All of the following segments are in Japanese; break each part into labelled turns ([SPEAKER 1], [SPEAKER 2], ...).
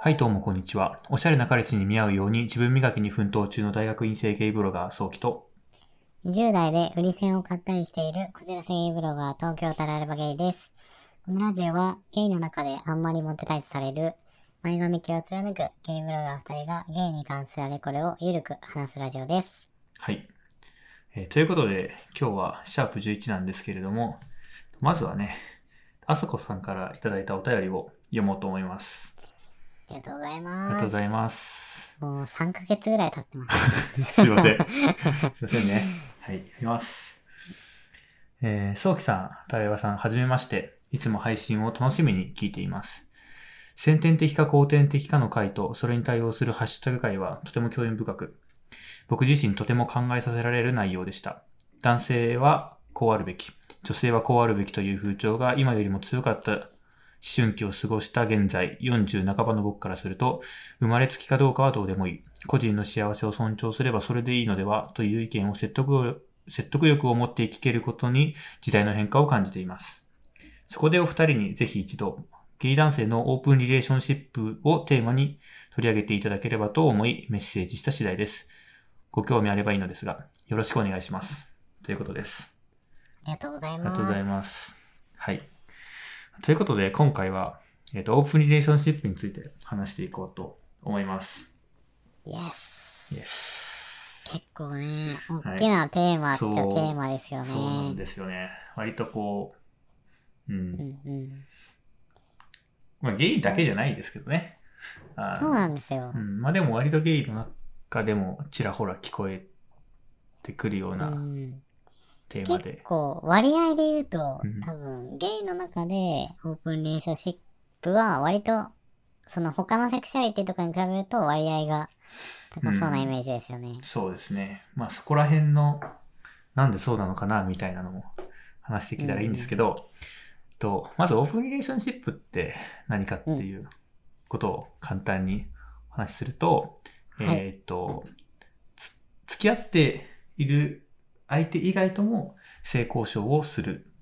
[SPEAKER 1] はい、どうもこんにちは。おしゃれな彼氏に見合うように自分磨きに奮闘中の大学院生ゲイブロガー、早期と。
[SPEAKER 2] 20代で売り線を買ったりしているこちら繊維ブロガー東京タラレバゲイです。このラジオはゲイの中であんまりモテたいとされる前髪気を貫くゲイブロガー2人がゲイに関するあれこれをゆるく話すラジオです。
[SPEAKER 1] はい、えーということで、今日はシャープ11なんですけれども、まずはね、あさこさんからいただいたお便りを読もうと思います。
[SPEAKER 2] ありがとうござい
[SPEAKER 1] ありが
[SPEAKER 2] ます。
[SPEAKER 1] とうございます。
[SPEAKER 2] もう3ヶ月ぐらい経って ます。
[SPEAKER 1] すいません。すいませんね。はい、やります。えー、そうきさん、たらやばさん、はじめまして。いつも配信を楽しみに聞いています。先天的か後天的かの回と、それに対応するハッシュタグ回はとても興味深く、僕自身とても考えさせられる内容でした。男性はこうあるべき、女性はこうあるべきという風潮が今よりも強かった思春期を過ごした現在、40半ばの僕からすると、生まれつきかどうかはどうでもいい。個人の幸せを尊重すればそれでいいのではという意見を説得を説得力を持って聞けることに時代の変化を感じています。そこでお二人にぜひ一度、ゲイ男性のオープンリレーションシップをテーマに取り上げていただければと思いメッセージした次第です。ご興味あればいいのですが、よろしくお願いします。ということです。
[SPEAKER 2] ありがとうござい
[SPEAKER 1] あり
[SPEAKER 2] ます。
[SPEAKER 1] がとうございます。はい。ということで、今回は、えっ、と、オープンリレーションシップについて話していこうと思います。
[SPEAKER 2] イエ
[SPEAKER 1] イエ
[SPEAKER 2] ス。
[SPEAKER 1] ス。
[SPEAKER 2] 結構ね、
[SPEAKER 1] い
[SPEAKER 2] 大きなテーマっち
[SPEAKER 1] そ
[SPEAKER 2] ゃテ
[SPEAKER 1] う
[SPEAKER 2] ーマですよね。
[SPEAKER 1] そうなんですよね。割とこう、うん。
[SPEAKER 2] うんうん、
[SPEAKER 1] まあ、ゲイだけじゃないですけどね。あー
[SPEAKER 2] そうなんですよ
[SPEAKER 1] う。ん、まあでも割とゲイの中でもちらほら聞こえてくるよう
[SPEAKER 2] う
[SPEAKER 1] なんテーマ
[SPEAKER 2] 結
[SPEAKER 1] で。
[SPEAKER 2] 構割合で言うと、
[SPEAKER 1] うん
[SPEAKER 2] 多分ゲイの中でオープンリレーションシップは割とその他のセクシャリティとかに比べると割合が高そうなイメージですよね。
[SPEAKER 1] そうですね。まあそこら辺の、なんでそうなのかなみたいなのも話していけたらいいんですけど、とまずオープンリレーションシップって何かっていうことを簡単にお話しすると、
[SPEAKER 2] はい
[SPEAKER 1] えーっと、つ付き合っている相手以外とも性交渉をする。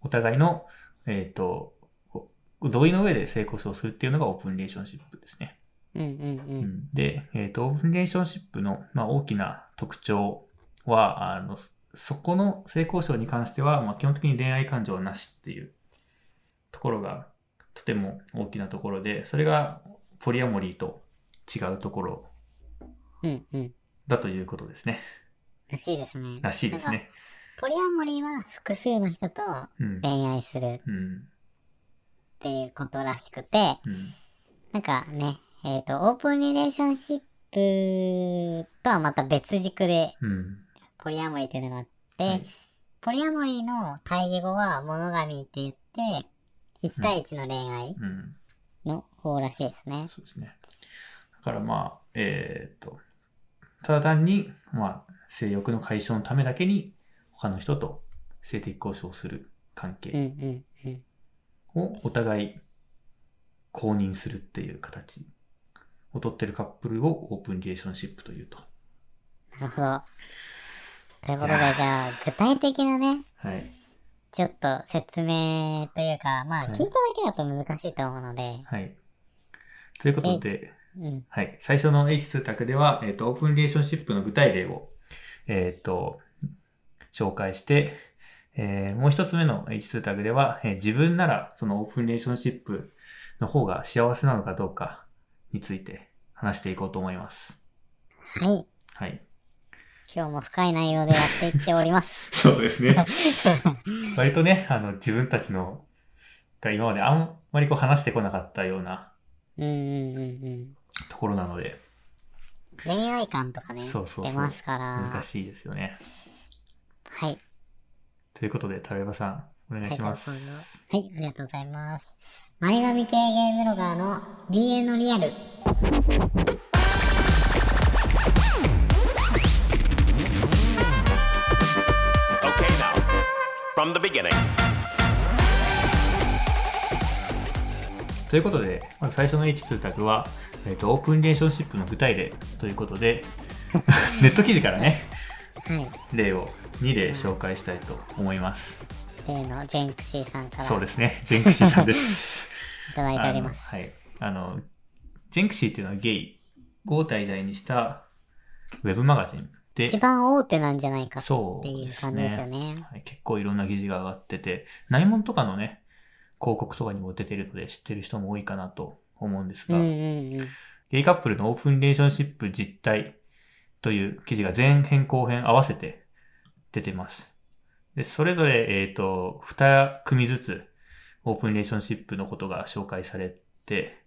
[SPEAKER 1] お互いの、えーっと、こ同意の上で性交渉をするっていうのがオープンリレーションシップですね。
[SPEAKER 2] うんうんうん。
[SPEAKER 1] で、えーと、オープンリレーションシップの、まあ、大きな特徴は、あの、そそこの性交渉に関しては、まあ、基本的に恋愛感情はなしっていうところがとても大きなところで、それがポリアモリーと違うところ
[SPEAKER 2] うんうん。
[SPEAKER 1] だということですね。
[SPEAKER 2] らしいですね。
[SPEAKER 1] らしいです
[SPEAKER 2] なんか。
[SPEAKER 1] ね。
[SPEAKER 2] ポリアモリーは複数の人と
[SPEAKER 1] うん。
[SPEAKER 2] 恋愛するっ
[SPEAKER 1] うん。
[SPEAKER 2] ていうことらしくて、
[SPEAKER 1] うん。
[SPEAKER 2] なんかね、えっ、と、オープンリレーションシップとはまた別軸で
[SPEAKER 1] うん。
[SPEAKER 2] ポリアモリーっていうのがあって、
[SPEAKER 1] はい
[SPEAKER 2] ポリアモリーの対義語は物神って言って、一対一の恋愛
[SPEAKER 1] うん。
[SPEAKER 2] の方らしいですね。
[SPEAKER 1] そうですね。だからまあ、えーっと、ただ単に、まあ、性欲の解消のためだけに、他の人と性的交渉をする関
[SPEAKER 2] うん
[SPEAKER 1] 係
[SPEAKER 2] うんうん。
[SPEAKER 1] をお互い公認するっていう形を取ってるカップルをオープンリレーションシップというと。
[SPEAKER 2] なるほど。ということで、
[SPEAKER 1] いやー
[SPEAKER 2] じゃあ、具体的なね、
[SPEAKER 1] はい。
[SPEAKER 2] ちょっと説明というか、まあ、
[SPEAKER 1] はい
[SPEAKER 2] 聞いただけだと難しいと思うので、
[SPEAKER 1] はい。ということで、
[SPEAKER 2] うん。
[SPEAKER 1] はい。最初の H2 択では、えっ、と、オープンリレーションシップの具体例を、えっ、と、紹介して、えーもう一つ目の H2 択では、えー自分ならそのオープンリレーションシップの方が幸せなのかどうかについて話していこうと思います。
[SPEAKER 2] はい。
[SPEAKER 1] はい。
[SPEAKER 2] 今日も深い内容でやっていっております。
[SPEAKER 1] そうですね。 割とね、あの、自分たちの、が今まであんまりこう話してこなかったような
[SPEAKER 2] うんうんうんうん。
[SPEAKER 1] ところなので、
[SPEAKER 2] 恋愛感とかね、
[SPEAKER 1] そうそうそう
[SPEAKER 2] 出ますから、
[SPEAKER 1] 難しいですよね。
[SPEAKER 2] はい。
[SPEAKER 1] ということで、タレバさん、お願いしま
[SPEAKER 2] タレバ
[SPEAKER 1] す。
[SPEAKER 2] はい、ありがとうございます。前髪系ゲームブロガーの DA のリアル。
[SPEAKER 3] Okay, now, from the beginning.
[SPEAKER 1] ということで、まず最初の H2 択は、えーと、オープンリレーションシップの具体例ということ で、ネット記事からね、
[SPEAKER 2] はい。
[SPEAKER 1] 例を2例紹介したいと思います。
[SPEAKER 2] 例のジェンクシーさんから
[SPEAKER 1] そう
[SPEAKER 2] い
[SPEAKER 1] ですね、ジェンクシーさんです。
[SPEAKER 2] ただいております。
[SPEAKER 1] あのはい。あの、ジェンクシーっていうのはゲイを題材にしたウェブマガジンで、
[SPEAKER 2] 一番大手なんじゃないかって
[SPEAKER 1] そう
[SPEAKER 2] い
[SPEAKER 1] で
[SPEAKER 2] う
[SPEAKER 1] す
[SPEAKER 2] 感じですよ
[SPEAKER 1] ね。
[SPEAKER 2] ね。
[SPEAKER 1] はい結構いろんな記事が上がってて、内門とかのね、広告とかにも出てるので知ってる人も多いかなと思うんです
[SPEAKER 2] う
[SPEAKER 1] が、
[SPEAKER 2] んうんうん。
[SPEAKER 1] ゲイカップルのオープンレーションシップ実態という記事が前編後編合わせて出てます。で、それぞれ、えっ、と、2組ずつオープンレーションシップのことが紹介されて、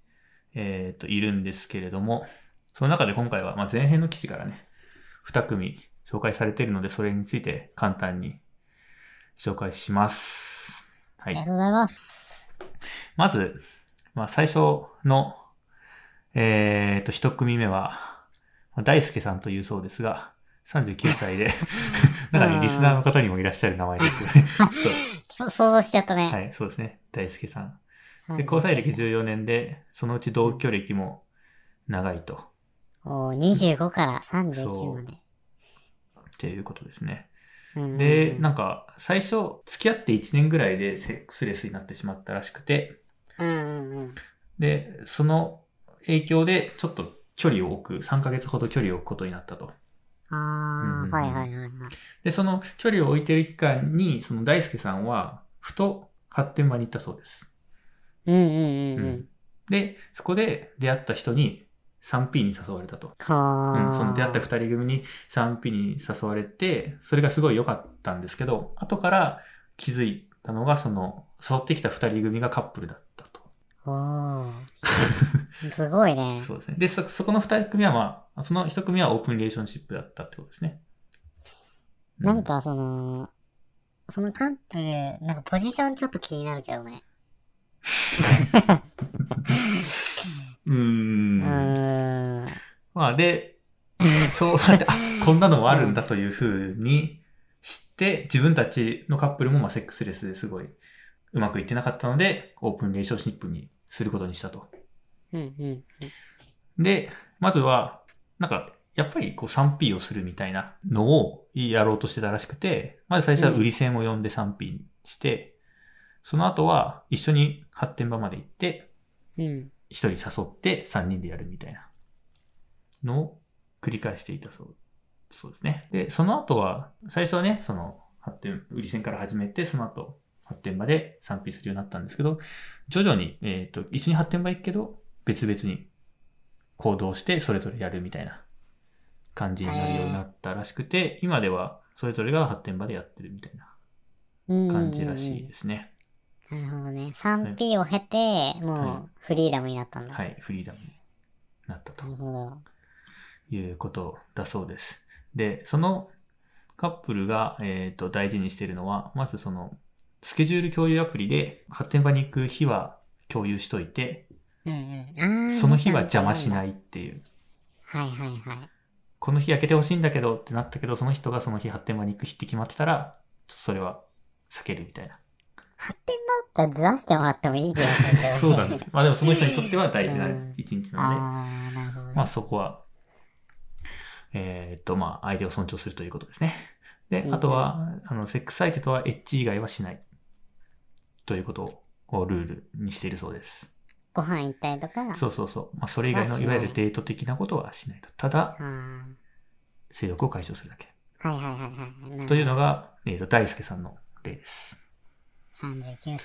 [SPEAKER 1] えっ、と、いるんですけれども、その中で今回は、まあ、前編の記事からね、2組紹介されているので、それについて簡単に紹介します。は
[SPEAKER 2] あ
[SPEAKER 1] い
[SPEAKER 2] りが。とうございます。
[SPEAKER 1] まず、まあ、最初の、えっと、一組目は、まあ大輔さんというそうですが、39歳で、中にリスナーの方にもいらっしゃる名前ですけどね。ちょっ
[SPEAKER 2] そ想像しちゃった
[SPEAKER 1] と は
[SPEAKER 2] ね。
[SPEAKER 1] い、そうですね。大輔さん。
[SPEAKER 2] は
[SPEAKER 1] で、交際歴14年で、そのうち同居歴も長いと、
[SPEAKER 2] おー25から39
[SPEAKER 1] そ
[SPEAKER 2] ま
[SPEAKER 1] う
[SPEAKER 2] で。
[SPEAKER 1] っていうことですね。
[SPEAKER 2] うんうんうん
[SPEAKER 1] で、なんか、最初、付き合って1年ぐらいでセックスレスになってしまったらしくて、
[SPEAKER 2] うんうんうん。
[SPEAKER 1] で、その影響で、ちょっと距離を置く、3ヶ月ほど距離を置くことになったと。うん
[SPEAKER 2] あ
[SPEAKER 1] うんうん
[SPEAKER 2] あ、はいはいはいはい。
[SPEAKER 1] で、その距離を置いてる期間に、その大輔さんは、ふと発展場に行ったそうです。
[SPEAKER 2] うんうんうんう
[SPEAKER 1] うんん。で、そこで出会った人に 3P に誘われたと。うん
[SPEAKER 2] はあ。
[SPEAKER 1] その出会った二人組に 3P に誘われて、それがすごい良かったんですけど、後から気づいたのが、その、誘ってきた二人組がカップルだったと。
[SPEAKER 2] おーすごい ね。
[SPEAKER 1] そうですね。で、そ、そこの二組はまあ、その一組はオープンリレーションシップだったってことですね。う
[SPEAKER 2] なん、かその、そのカップル、なんかポジションちょっと気になるけどね。
[SPEAKER 1] うー。
[SPEAKER 2] うんーん。
[SPEAKER 1] まあ、で、そうなって、あ、こんなのもあるんだというふうに知って、自分たちのカップルもまあセックスレスですごいうまくいってなかったので、オープンレーションシップにすることにしたと。
[SPEAKER 2] うんうん。
[SPEAKER 1] で、まずは、なんか、やっぱりこう 3P をするみたいなのをやろうとしてたらしくて、まず最初は売り線を呼んで 3P にして、その後は一緒に発展場まで行って、
[SPEAKER 2] うん。
[SPEAKER 1] 一人誘って三人でやるみたいなのを繰り返していたそうそうですね。で、その後は、最初はね、その発展、売り線から始めて、その後発展場で 3P するようになったんですけど、徐々に、えっ、と、一緒に発展場行くけど、別々に行動して、それぞれやるみたいな感じになるようになったらしくて、今ではそれぞれが発展場でやってるみたいな
[SPEAKER 2] うんうん
[SPEAKER 1] 感じらしいですね。
[SPEAKER 2] なるほどね。3P を経て、もうフリーダムになったんだ。
[SPEAKER 1] はい、フリーダムになったと
[SPEAKER 2] な。るほど。
[SPEAKER 1] いうことだそうです。で、そのカップルが、えーと大事にしているのは、まずその、スケジュール共有アプリで発展場に行く日は共有しといて、
[SPEAKER 2] うんうん。あー。
[SPEAKER 1] その日は邪魔しないいっていう。
[SPEAKER 2] はいはいはい。
[SPEAKER 1] この日開けてほしいんだけどってなったけど、その人がその日発展場に行く日って決まってたら、ちょっとそれは避けるみたいな。
[SPEAKER 2] 発展だったらずらしてもらってもいい気がするけど、ね。
[SPEAKER 1] そうなんです。まあでもその人にとっては大事な一日なので、
[SPEAKER 2] ああ、なるほどね。
[SPEAKER 1] まあそこは、えっとまあ相手を尊重するということですね。で
[SPEAKER 2] う、ん
[SPEAKER 1] あとは、あの、セックス相手とはエッチ以外はしない。ということをルールにしているそうです。
[SPEAKER 2] ご飯行ったりとか。
[SPEAKER 1] そうそうそう。まあそれ以外
[SPEAKER 2] まあ
[SPEAKER 1] のい
[SPEAKER 2] しな
[SPEAKER 1] わ
[SPEAKER 2] い
[SPEAKER 1] ゆるデート的なことはしないと。ただ、
[SPEAKER 2] あー
[SPEAKER 1] 性欲を解消するだけ。
[SPEAKER 2] はいはいはいはいなるほど。
[SPEAKER 1] というのが、えっと、大輔さんの例です。
[SPEAKER 2] 39
[SPEAKER 1] い
[SPEAKER 2] 歳。
[SPEAKER 1] や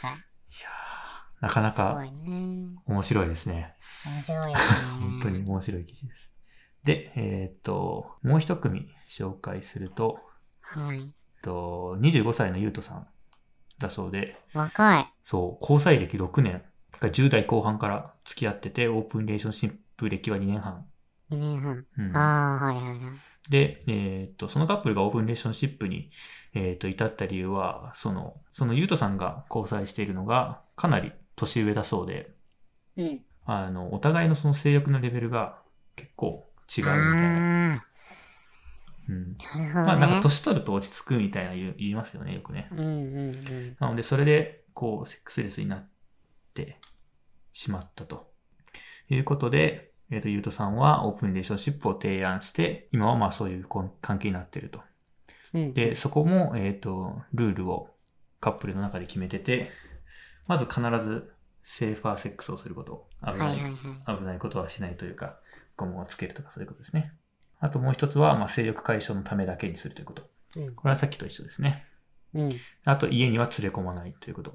[SPEAKER 1] ーなかな
[SPEAKER 2] すご
[SPEAKER 1] か
[SPEAKER 2] いね。
[SPEAKER 1] 面白いですね。
[SPEAKER 2] 面白いよね。
[SPEAKER 1] 本当に。面白い記事です。で、えっと、もう一組紹介すると、
[SPEAKER 2] はい。
[SPEAKER 1] えっと、25歳のゆうとさんだそうで、
[SPEAKER 2] 若い。
[SPEAKER 1] そう、交際歴6年、が10代後半から付き合ってて、オープンレーションシップ歴は2年半。
[SPEAKER 2] 2年半。
[SPEAKER 1] うん
[SPEAKER 2] ああ、はいはいはい。
[SPEAKER 1] で、えっと、そのカップルがオープンレーションシップに、えっと至った理由は、その、そのゆうとさんが交際しているのが、かなり年上だそうで、
[SPEAKER 2] うん。
[SPEAKER 1] あの、お互いのその性欲のレベルが結構違うみたいな。
[SPEAKER 2] あ
[SPEAKER 1] うん。
[SPEAKER 2] あ、なるほど、ね。
[SPEAKER 1] まあなんか年取ると落ち着くみたいな言う言いますよね、よくね。
[SPEAKER 2] うんうんうん。
[SPEAKER 1] なので、それで、こう、セックスレスになってしまったと。いうことで、えっ、と、ゆうとさんはオープンレーションシップを提案して、今はまあそういうこん関係になってると。
[SPEAKER 2] うん、
[SPEAKER 1] で、そこも、えっ、と、ルールをカップルの中で決めてて、まず必ずセーファーセックスをすること。危
[SPEAKER 2] はい
[SPEAKER 1] な
[SPEAKER 2] はいいはい。
[SPEAKER 1] 危ないことはしないというか、ゴムをつけるとかそういうことですね。あともう一つは、まあ、性欲解消のためだけにするということ。
[SPEAKER 2] うん。
[SPEAKER 1] これはさっきと一緒ですね。
[SPEAKER 2] うん。
[SPEAKER 1] あと、家には連れ込まないということ。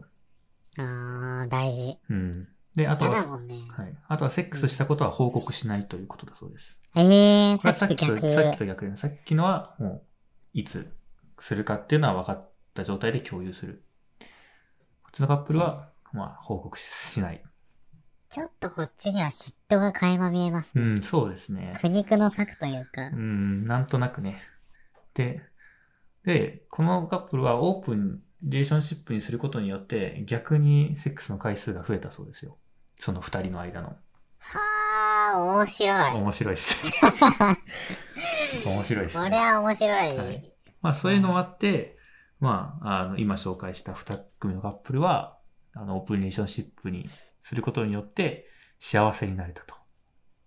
[SPEAKER 2] あー、大事。
[SPEAKER 1] うん。で、あと
[SPEAKER 2] 嫌だ
[SPEAKER 1] は、
[SPEAKER 2] もんね。
[SPEAKER 1] はい。あとは、セックスしたことは報告しないということだそうです。
[SPEAKER 2] えー、
[SPEAKER 1] これはさ
[SPEAKER 2] さ
[SPEAKER 1] っ
[SPEAKER 2] っ
[SPEAKER 1] き
[SPEAKER 2] きと
[SPEAKER 1] と
[SPEAKER 2] 逆。
[SPEAKER 1] さっきと逆で、さっきのは、もう、いつするかっていうのは分かった状態で共有する。こっちのカップルは、まあ、報告ししない。
[SPEAKER 2] ちょっとこっちには嫉妬が垣間見えます。
[SPEAKER 1] うん、そうですね。
[SPEAKER 2] 苦肉の策というか
[SPEAKER 1] う。ん、なんとなくね。で、で、このカップルはオープンリレーションシップにすることによって逆にセックスの回数が増えたそうですよ。その二人の間の。
[SPEAKER 2] はー、面白い。
[SPEAKER 1] 面白いっす。面白いっす、
[SPEAKER 2] これ
[SPEAKER 1] ね。
[SPEAKER 2] は面白い。
[SPEAKER 1] はいまあそういうのもあって、まあ、あの、今紹介した二組のカップルは、あの、オープンリレーションシップにすることによって幸せになれたと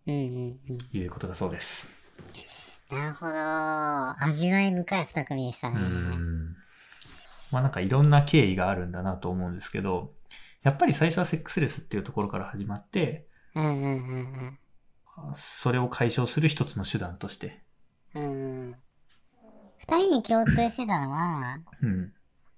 [SPEAKER 2] うんうんうん。
[SPEAKER 1] いうことだそうです。
[SPEAKER 2] なるほど。味わい深い二組でしたね。
[SPEAKER 1] うんまあなんかいろんな経緯があるんだなと思うんですけど、やっぱり最初はセックスレスっていうところから始まって、
[SPEAKER 2] うんうんうん
[SPEAKER 1] それを解消する一つの手段として。
[SPEAKER 2] うん。うん。二人に共通してたのは、
[SPEAKER 1] うん。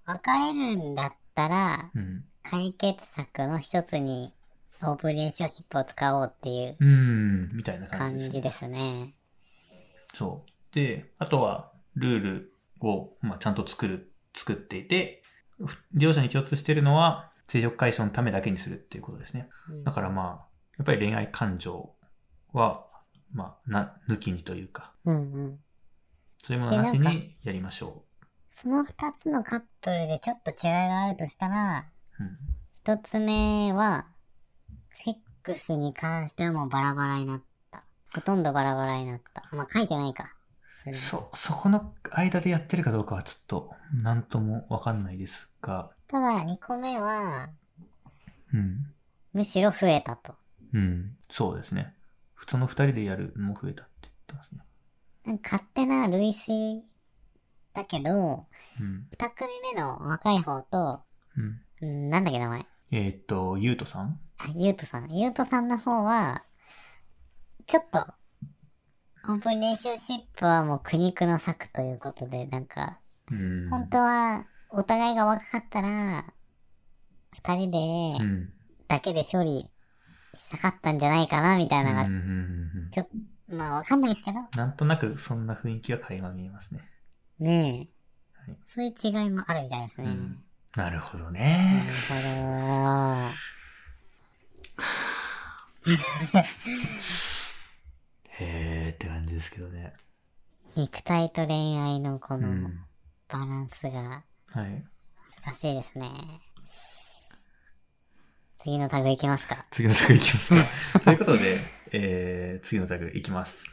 [SPEAKER 2] 別れるんだったら、
[SPEAKER 1] うん。
[SPEAKER 2] 解決策の一つに、オープンレーションシップを使おうっていう
[SPEAKER 1] うん。みたいな感
[SPEAKER 2] 感
[SPEAKER 1] じ
[SPEAKER 2] じ
[SPEAKER 1] で。
[SPEAKER 2] ですすね。
[SPEAKER 1] そう。で、あとはルールを、まあ、ちゃんと作る、作っていて、ふ両者に共通してるのは、性欲解消のためだけにするっていうことですね。だからまあ、やっぱり恋愛感情は、まあ、な、抜きにというか、
[SPEAKER 2] うんうん。
[SPEAKER 1] それもなし
[SPEAKER 2] でなん
[SPEAKER 1] にやりましょ
[SPEAKER 2] その二つのカップルでちょっと違いがあるとしたら、
[SPEAKER 1] う。うん。
[SPEAKER 2] 一つ目は、セックスに関してはもうバラバラになった。ほとんどバラバラになった。まあ、書いてないか。それ
[SPEAKER 1] そ、そこの間でやってるかどうかはちょっと、なんともわかんないですが、
[SPEAKER 2] ただ、二個目は、
[SPEAKER 1] うん。
[SPEAKER 2] むしろ増えたと。
[SPEAKER 1] うん。そうですね。普通の二人でやるのも増えたって言ってますね。
[SPEAKER 2] なんか勝手な類推だけど、
[SPEAKER 1] うん。
[SPEAKER 2] 二組目の若い方と、
[SPEAKER 1] うん。
[SPEAKER 2] うんなんだっけ名前。あ、
[SPEAKER 1] えーっと、ゆうとさん
[SPEAKER 2] ゆうとさん。ゆうとさんの方は、ちょっと、オープンレーションシップはもう苦肉の策ということで、なんか、
[SPEAKER 1] うん。
[SPEAKER 2] 本当は、お互いが若かったら、二人
[SPEAKER 1] う
[SPEAKER 2] で、
[SPEAKER 1] ん。
[SPEAKER 2] だけで処理したかったんじゃないかな、みたいなの
[SPEAKER 1] うんう
[SPEAKER 2] が、
[SPEAKER 1] んうんうん
[SPEAKER 2] ちょっと、まあわかんないですけど、
[SPEAKER 1] なんとなくそんな雰囲気が垣間見えますね。
[SPEAKER 2] ねえ
[SPEAKER 1] はい。
[SPEAKER 2] そういう違いもあるみたいですね。
[SPEAKER 1] うんなるほど
[SPEAKER 2] な
[SPEAKER 1] ね。
[SPEAKER 2] る
[SPEAKER 1] へーって感じですけどね。
[SPEAKER 2] ほど。肉体と恋愛のこ
[SPEAKER 1] う
[SPEAKER 2] の
[SPEAKER 1] ん。
[SPEAKER 2] バランスが
[SPEAKER 1] はい。
[SPEAKER 2] 難しいですね。次のタグいきますか。
[SPEAKER 1] 次のタグいきます か。ということで、えー、次のタグいきます。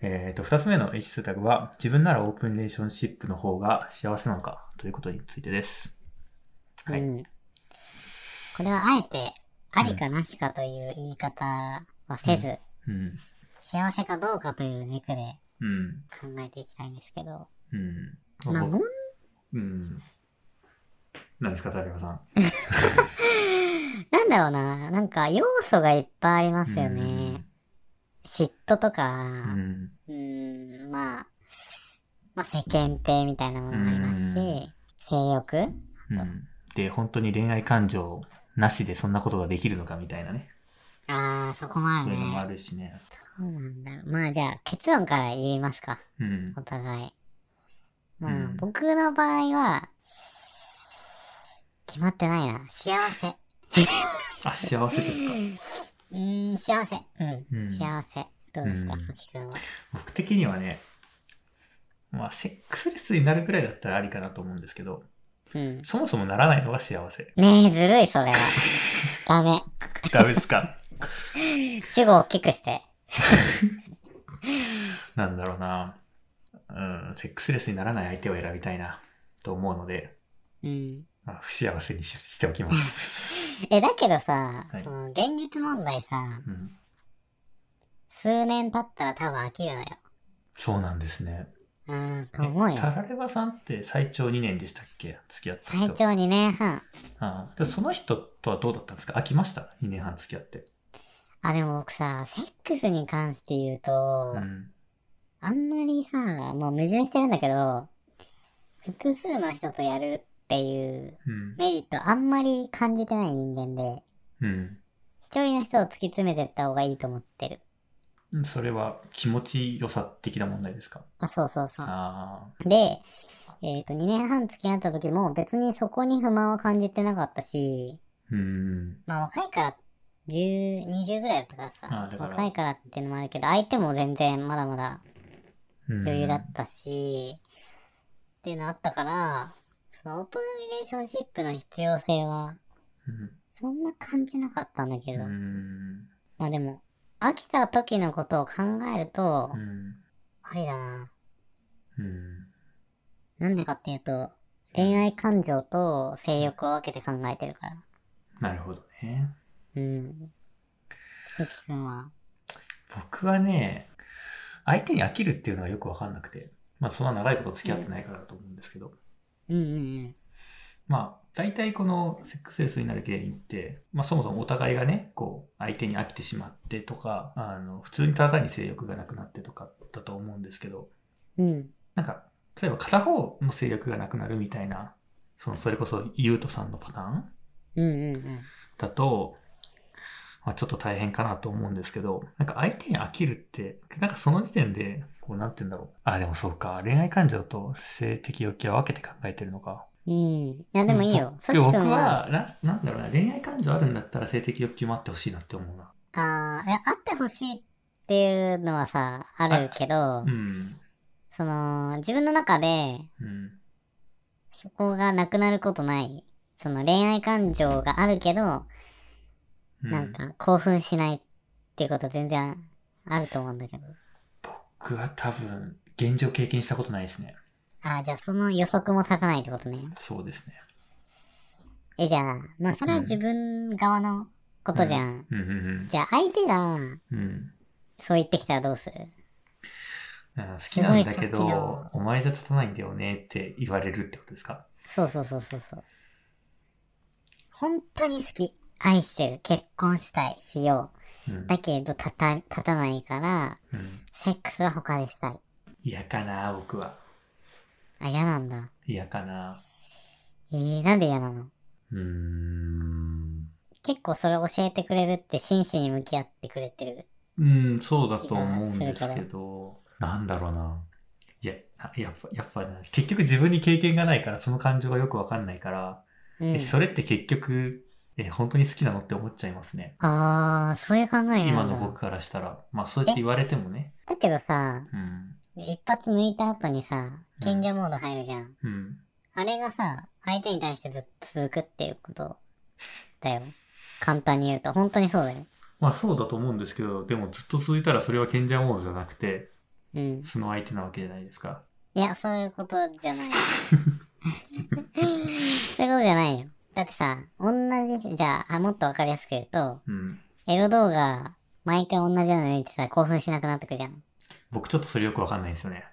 [SPEAKER 1] えっ、と、二つ目の H2 タグは、自分ならオープンリレーションシップの方が幸せなのかということについてです。はい。
[SPEAKER 2] うん。これはあえて、ありかなしかという言い方はせず、
[SPEAKER 1] うん。
[SPEAKER 2] 幸せかどうかという軸で
[SPEAKER 1] うん。
[SPEAKER 2] 考えていきたいんですけど、
[SPEAKER 1] うん。
[SPEAKER 2] まあ、もん
[SPEAKER 1] うん。何ですか、田辺さん。
[SPEAKER 2] なんだろうな、なんか要素がいっぱいありますよね。嫉妬と
[SPEAKER 1] う
[SPEAKER 2] か、
[SPEAKER 1] ん。
[SPEAKER 2] うーん、まあ、まあ世間体みたいなものもありますし、性欲
[SPEAKER 1] うん。で、本当に恋愛感情なしでそんなことができるのかみたいなね。
[SPEAKER 2] ああ、そこま
[SPEAKER 1] そう
[SPEAKER 2] で
[SPEAKER 1] いうのも
[SPEAKER 2] ね。
[SPEAKER 1] あるしね。
[SPEAKER 2] そうなんだ。まあじゃあ結論から言いますか、
[SPEAKER 1] うん
[SPEAKER 2] お。互い。まあ、
[SPEAKER 1] うん
[SPEAKER 2] 僕の場合は、決まってないな。幸せ。う
[SPEAKER 1] あ、幸せですか。
[SPEAKER 2] ーん、幸せ。うん。
[SPEAKER 1] うん
[SPEAKER 2] 幸せ。どうですか、
[SPEAKER 1] うん
[SPEAKER 2] さきくんは。
[SPEAKER 1] 僕的にはね、まあ、セックスレスになるくらいだったらありかなと思うんですけど、
[SPEAKER 2] うん。
[SPEAKER 1] そもそもならないのが幸せ。
[SPEAKER 2] ねえ、ずるい、それは。 ダメ。
[SPEAKER 1] ダメです か
[SPEAKER 2] 主語を大きくして。
[SPEAKER 1] なんだろうな。うん、セックスレスにならない相手を選びたいな、と思うので、
[SPEAKER 2] うん。
[SPEAKER 1] まあ、不幸せにししておきます。
[SPEAKER 2] え、だけどさ、
[SPEAKER 1] はい
[SPEAKER 2] その、現実問題さ、
[SPEAKER 1] うん、
[SPEAKER 2] 数年経ったら多分飽きるのよ。
[SPEAKER 1] そうなんですね。
[SPEAKER 2] ああ、重い
[SPEAKER 1] え。タラレバさんって最長2年でしたっけ付き合った
[SPEAKER 2] 最
[SPEAKER 1] 人。
[SPEAKER 2] 長2年半。
[SPEAKER 1] ああでその人とはどうだったんですか飽きました ?2 年半付き合って。
[SPEAKER 2] あ、でも僕さ、セックスに関して言うと、
[SPEAKER 1] うん。
[SPEAKER 2] あんまりさ、もう矛盾してるんだけど、複数の人とやるっていう
[SPEAKER 1] うん。
[SPEAKER 2] メリットあんまり感じてない人間で、
[SPEAKER 1] うん。
[SPEAKER 2] 一人の人を突き詰めてった方がいいと思ってる。
[SPEAKER 1] それは気持ちよさ的な問題ですか
[SPEAKER 2] あ、そうそうそう。
[SPEAKER 1] ああ。
[SPEAKER 2] で、えっ、と、2年半付き合った時も別にそこに不満は感じてなかったし、
[SPEAKER 1] うん。
[SPEAKER 2] まあ若いから、10、20ぐらいだったからさ
[SPEAKER 1] あ、だから
[SPEAKER 2] 若いからっていうのもあるけど、相手も全然まだまだ
[SPEAKER 1] うん
[SPEAKER 2] 余裕だったし、っていうのあったから、そのオープンリレーションシップの必要性は、そんな感じなかったんだけ
[SPEAKER 1] うん。
[SPEAKER 2] ど、
[SPEAKER 1] うん。
[SPEAKER 2] まあでも、飽きた時のことを考えると
[SPEAKER 1] う、ん。
[SPEAKER 2] ありだな。
[SPEAKER 1] うん。
[SPEAKER 2] なんでかっていうと、恋愛感情と性欲を分けて考えてるから。
[SPEAKER 1] なるほどね。
[SPEAKER 2] うん。関君は。
[SPEAKER 1] 僕はね、相手に飽きるっていうのはよくわかんなくて、まあそんな長いこと付き合ってないからだと思うんですけど、
[SPEAKER 2] うんうん
[SPEAKER 1] まあ大体このセックスレスになる原因って、まあそもそもお互いがね、こう相手に飽きてしまってとか、あの普通にただ単に性欲がなくなってとかだと思うんですけど、
[SPEAKER 2] うん。うん。
[SPEAKER 1] なんか、例えば片方の性欲がなくなるみたいな、そのそれこそゆうとさんのパターン
[SPEAKER 2] うんうん
[SPEAKER 1] だと、まあ、ちょっと大変かなと思うんですけど、なんか相手に飽きるって、なんかその時点で、こうなんて言うんだろう。あ、でもそうか。恋愛感情と性的欲求は分けて考えてるのか。
[SPEAKER 2] うん。うん。いや、でもいいよ。
[SPEAKER 1] で
[SPEAKER 2] 関君
[SPEAKER 1] 僕
[SPEAKER 2] は、
[SPEAKER 1] はな、なんだろうな。恋愛感情あるんだったら性的欲求もあってほしいなって思うな。
[SPEAKER 2] ああ、いや、あってほしいっていうのはさ、あるけど
[SPEAKER 1] う、ん。
[SPEAKER 2] その、自分の中で、
[SPEAKER 1] うん。
[SPEAKER 2] そこがなくなることない。その恋愛感情があるけど、
[SPEAKER 1] う
[SPEAKER 2] なんか興奮しないっていうこと全然あると思うんだけど。
[SPEAKER 1] 僕は多分、現状経験したことないですね。
[SPEAKER 2] ああ、じゃあその予測も立たないってことね。
[SPEAKER 1] そうですね。
[SPEAKER 2] え、じゃあ、まあそれは自分側のことじゃん。
[SPEAKER 1] うんうん
[SPEAKER 2] じゃあ相手が
[SPEAKER 1] うん。うん。
[SPEAKER 2] そう言ってきたらどうする
[SPEAKER 1] うん好きなんだけ
[SPEAKER 2] すごいさっ
[SPEAKER 1] ど、お前じゃ立たないんだよねって言われるってことですか
[SPEAKER 2] そうそうそうそうそう。本当に好き。愛してる。結婚したい。しよ
[SPEAKER 1] うん
[SPEAKER 2] う。。だけど立た、立たないから、
[SPEAKER 1] うん
[SPEAKER 2] セックスは他でしたい。
[SPEAKER 1] 嫌かな僕は
[SPEAKER 2] あ、嫌なんだ。
[SPEAKER 1] 嫌かな
[SPEAKER 2] えー、なんで嫌なの
[SPEAKER 1] うーん
[SPEAKER 2] 結構それ教えてくれるって真摯に向き合ってくれてる。
[SPEAKER 1] うんそうだと思うんです
[SPEAKER 2] 気
[SPEAKER 1] け
[SPEAKER 2] がす
[SPEAKER 1] どなんだろうないやあやっぱやっぱな結局自分に経験がないからその感情がよくわかんないから、
[SPEAKER 2] うん
[SPEAKER 1] え。それって結局え本当に好きなのって思っちゃいますね
[SPEAKER 2] あー、そういう考えなんだ。
[SPEAKER 1] 今の僕からしたらまあそうやって言われてもね
[SPEAKER 2] だけどさ、
[SPEAKER 1] うん
[SPEAKER 2] 一発抜いた後にさ、賢者モード入るじゃん。
[SPEAKER 1] うん
[SPEAKER 2] あれがさ、相手に対してずっと続くっていうことだよ。簡単に言うと、本当にそうだよ。
[SPEAKER 1] まあそうだと思うんですけどでもずっと続いたらそれは賢者モードじゃなくて
[SPEAKER 2] うん。
[SPEAKER 1] その相手なわけじゃないですか
[SPEAKER 2] いや、そういうことじ ゃない。 そういうことじゃないよ。だってさ、同じ、じゃあ、あもっとわかりやすく言うと、
[SPEAKER 1] うん
[SPEAKER 2] エロ動画、毎回同じなのにってさ、興奮しなくなってくじゃん。
[SPEAKER 1] 僕ちょっとそれよくわかんないんですよね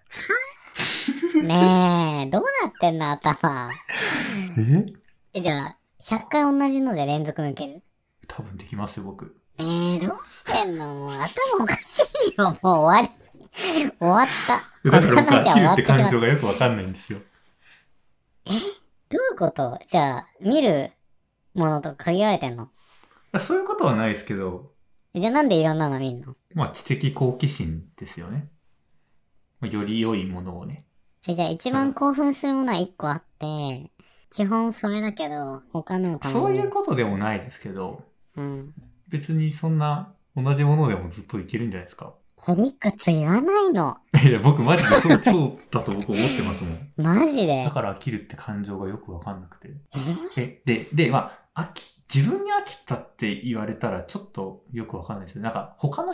[SPEAKER 2] ねえ、どうなってんの、頭。
[SPEAKER 1] え
[SPEAKER 2] え、じゃあ、100回同じので連続抜ける
[SPEAKER 1] 多分できますよ僕
[SPEAKER 2] ねえ、どうしてんのもう頭おかしいよ。もう終わり。終わっ た。こ
[SPEAKER 1] だか
[SPEAKER 2] の
[SPEAKER 1] ら僕飽
[SPEAKER 2] 話は
[SPEAKER 1] き
[SPEAKER 2] 終
[SPEAKER 1] る
[SPEAKER 2] わっ
[SPEAKER 1] ってて
[SPEAKER 2] しま
[SPEAKER 1] 感
[SPEAKER 2] った。ど
[SPEAKER 1] 情がよくわかんないんですよ。
[SPEAKER 2] ういうことじゃあ、見るものと限られてんの
[SPEAKER 1] そういうことはないですけど、
[SPEAKER 2] じゃあなんでいろんなの見んの
[SPEAKER 1] まあ知的好奇心ですよね。まあより良いものをね。
[SPEAKER 2] え、じゃあ一番興奮するものは一個あって、基本それだけど、他のを楽しむ
[SPEAKER 1] そういうことでもないですけど、
[SPEAKER 2] うん。
[SPEAKER 1] 別にそんな同じものでもずっといけるんじゃないですか。
[SPEAKER 2] ヘリクツ言わないの。
[SPEAKER 1] いや、僕マジで そうそうだと僕思ってますもん。
[SPEAKER 2] マジで
[SPEAKER 1] だ。から飽きるって感情がよくわかんなくて。え、で、で、まあ、飽き、自分に飽きたって言われたらちょっとよくわかんないですよね。なんか他の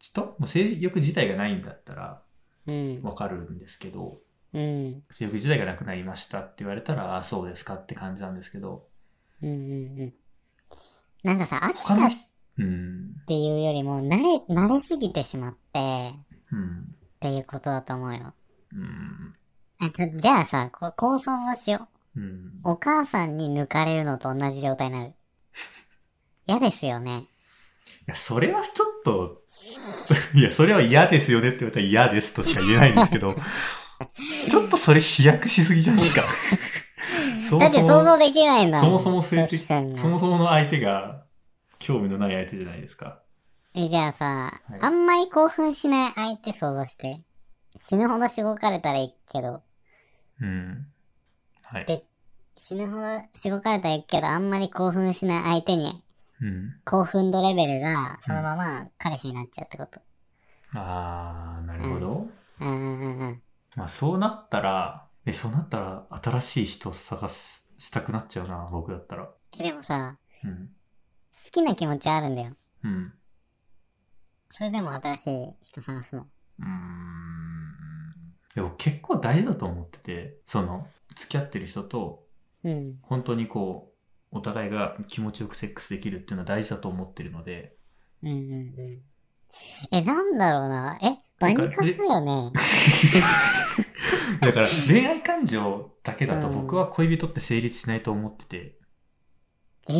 [SPEAKER 1] 人、もう性欲自体がないんだったら
[SPEAKER 2] うん。
[SPEAKER 1] わかるんですけど、
[SPEAKER 2] うん。
[SPEAKER 1] 性欲自体がなくなりましたって言われたら、あそうですかって感じなんですけど、
[SPEAKER 2] うんうんうん。なんかさ、飽き
[SPEAKER 1] 他
[SPEAKER 2] た
[SPEAKER 1] の
[SPEAKER 2] っ
[SPEAKER 1] 人、うん、
[SPEAKER 2] ていうよりも、慣れ、慣れすぎてしまって、
[SPEAKER 1] うん、
[SPEAKER 2] っていうことだと思うよ。
[SPEAKER 1] ううん。
[SPEAKER 2] あちょじゃあさ、ここう想像しよ
[SPEAKER 1] うん。
[SPEAKER 2] う。お母さんに抜かれるのと同じ状態になる。嫌ですよね。
[SPEAKER 1] いや、それはちょっと、 いや、それは嫌ですよねって言われたら嫌ですとしか言えないんです けど、ちょっとそれ飛躍しすぎじゃないですか。そ
[SPEAKER 2] だ
[SPEAKER 1] も
[SPEAKER 2] って
[SPEAKER 1] そ
[SPEAKER 2] 想像
[SPEAKER 1] も、
[SPEAKER 2] できないんだ
[SPEAKER 1] そ
[SPEAKER 2] もん
[SPEAKER 1] もそも性的
[SPEAKER 2] 確かに、な
[SPEAKER 1] そもそもの相手が興味のない相手じゃないですか。
[SPEAKER 2] え、じゃあさ、
[SPEAKER 1] はい
[SPEAKER 2] あんまり興奮しない相手想像して。死ぬほどしごかれたらいいけど、
[SPEAKER 1] うん。はい。
[SPEAKER 2] で死ぬほどしごかれたらいいけど、あんまり興奮しない相手に、
[SPEAKER 1] うん。
[SPEAKER 2] 興奮度レベルがそのまま彼氏になっちゃうってこと。
[SPEAKER 1] あー、なるほど。
[SPEAKER 2] うんうんうんうん。
[SPEAKER 1] まあ、そうなったら、え、そうなったら新しい人探す、したくなっちゃうな、僕だったら。
[SPEAKER 2] えでもさ、
[SPEAKER 1] うん。
[SPEAKER 2] 好きな気持ちはあるんだよ。
[SPEAKER 1] うん。
[SPEAKER 2] それでも新しい人探すの。
[SPEAKER 1] うーんでも結構大事だと思ってて、その、付き合ってる人と、
[SPEAKER 2] うん。
[SPEAKER 1] 本当にこう、お互いが気持ちよくセックスできるっていうのは大事だと思ってるので、
[SPEAKER 2] うんうんうん。え、なんだろうな。え、バニカスよね。
[SPEAKER 1] だから恋愛感情だけだと僕は恋人って成立しないと思ってて、
[SPEAKER 2] え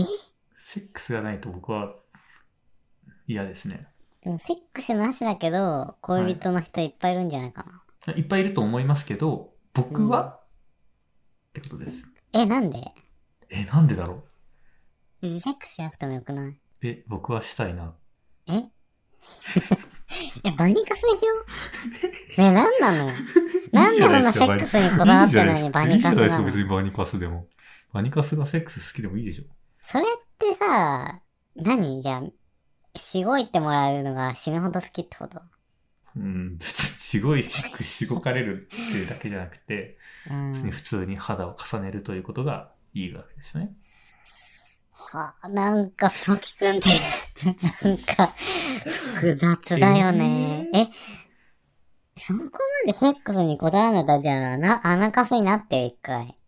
[SPEAKER 1] セックスがないと僕は嫌ですね。
[SPEAKER 2] でもセックスなしだけど、恋人の人いっぱいいるんじゃないかな。
[SPEAKER 1] いっぱいいると思いますけど、僕は、ってことです。
[SPEAKER 2] え、なんで
[SPEAKER 1] え、なんでだろ
[SPEAKER 2] 別にセックスしなくてもよくないう
[SPEAKER 1] え、僕はしたいな。
[SPEAKER 2] えいや、バニカスでしょ ねえ、なんなのよ。なんでそんなセックスにこだわってるのにバニカス
[SPEAKER 1] いいじゃ
[SPEAKER 2] な
[SPEAKER 1] ないですか、
[SPEAKER 2] の
[SPEAKER 1] 別にバニカスでも。バニカスがセックス好きでもいいでしょ。
[SPEAKER 2] それってさ、何じゃあ、しごいてもらうのが死ぬほど好きってこと
[SPEAKER 1] うん、別にしごいしごかれるっていうだけじゃなくて、
[SPEAKER 2] うん。
[SPEAKER 1] 普通に肌を重ねるということがいいわけですよね。
[SPEAKER 2] はあ、なんか、ソキくんって、なんか、複雑だよね。え、そこまでセックスにこだわるんだったらじゃあ、な、穴かせになってる一回。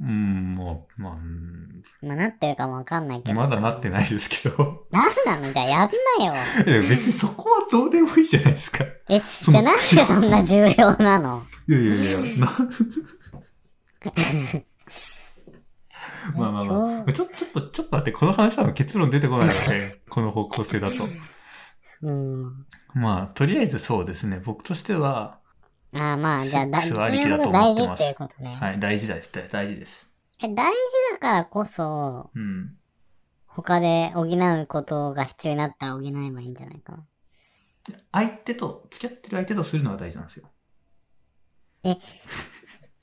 [SPEAKER 1] うん、もう、まあうん、
[SPEAKER 2] まあ、なってるかもわかんないけどさ。
[SPEAKER 1] まだなってないですけど、
[SPEAKER 2] なんなのじゃあやんなよ。
[SPEAKER 1] いや別にそこはどうでもいいじゃないですか。い
[SPEAKER 2] え、
[SPEAKER 1] そ
[SPEAKER 2] じゃ
[SPEAKER 1] の
[SPEAKER 2] あなんでそんな重要なの
[SPEAKER 1] やいやいや、な まあまあまあ。ちょ、ちょっと、ちょっと待って、この話は結論出てこないの で、この方向性だと。
[SPEAKER 2] うん。
[SPEAKER 1] まあ、とりあえずそうですね。僕としては、
[SPEAKER 2] ああまあ、じゃあ、だ、
[SPEAKER 1] セック
[SPEAKER 2] そ
[SPEAKER 1] スはあり
[SPEAKER 2] れ
[SPEAKER 1] きだ
[SPEAKER 2] ほ
[SPEAKER 1] と
[SPEAKER 2] ど
[SPEAKER 1] 思
[SPEAKER 2] 大
[SPEAKER 1] ってま
[SPEAKER 2] 事っ
[SPEAKER 1] す
[SPEAKER 2] ていうことね。
[SPEAKER 1] はい、大事だ、大大事です。
[SPEAKER 2] え大事だからこそ、
[SPEAKER 1] うん。
[SPEAKER 2] 他で補うことが必要になったら補えばいいんじゃないかな。
[SPEAKER 1] 相手と、付き合ってる相手とするのは大事なんですよ。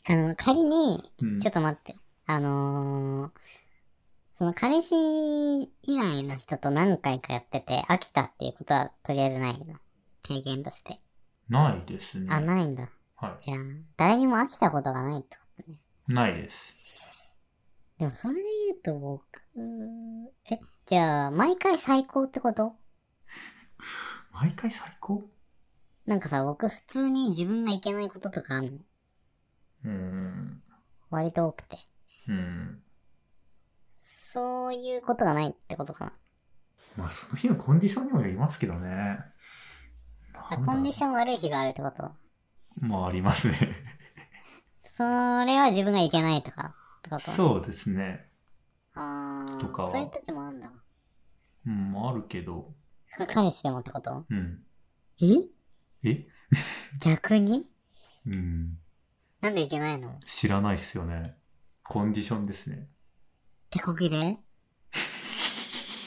[SPEAKER 2] あの、仮に、
[SPEAKER 1] うん。
[SPEAKER 2] ちょっと待って、あのー、その彼氏以外の人と何回かやってて飽きたっていうことはとりあえずないの。経験として。
[SPEAKER 1] ないですね。
[SPEAKER 2] あ、ないんだ。
[SPEAKER 1] は
[SPEAKER 2] じゃあ、誰にも飽きたことがないってことね。
[SPEAKER 1] い。ないです。
[SPEAKER 2] でも、それで言うと僕、え、じゃあ、毎回最高ってこと
[SPEAKER 1] 毎回最高
[SPEAKER 2] なんかさ、僕普通に自分がいけないこととかある
[SPEAKER 1] う
[SPEAKER 2] の。
[SPEAKER 1] ん。
[SPEAKER 2] 割と多くて。
[SPEAKER 1] うん。
[SPEAKER 2] そういうことがないってことかな。
[SPEAKER 1] まあ、その日のコンディションにもよりますけどね。
[SPEAKER 2] あコンディシ
[SPEAKER 1] ョ
[SPEAKER 2] ョン悪い日があるってこと
[SPEAKER 1] ンまあ、ありますね。
[SPEAKER 2] それは自分がいけないとかってこと
[SPEAKER 1] そうですね。
[SPEAKER 2] あー
[SPEAKER 1] とかは
[SPEAKER 2] そういう時もあるんだ。
[SPEAKER 1] うん、あるけど。
[SPEAKER 2] それ彼氏でもってこと
[SPEAKER 1] うん。
[SPEAKER 2] え
[SPEAKER 1] え
[SPEAKER 2] 逆に
[SPEAKER 1] うん。
[SPEAKER 2] なんでいけないのっ
[SPEAKER 1] 知らないっすよね。コンディションですね。
[SPEAKER 2] てこきで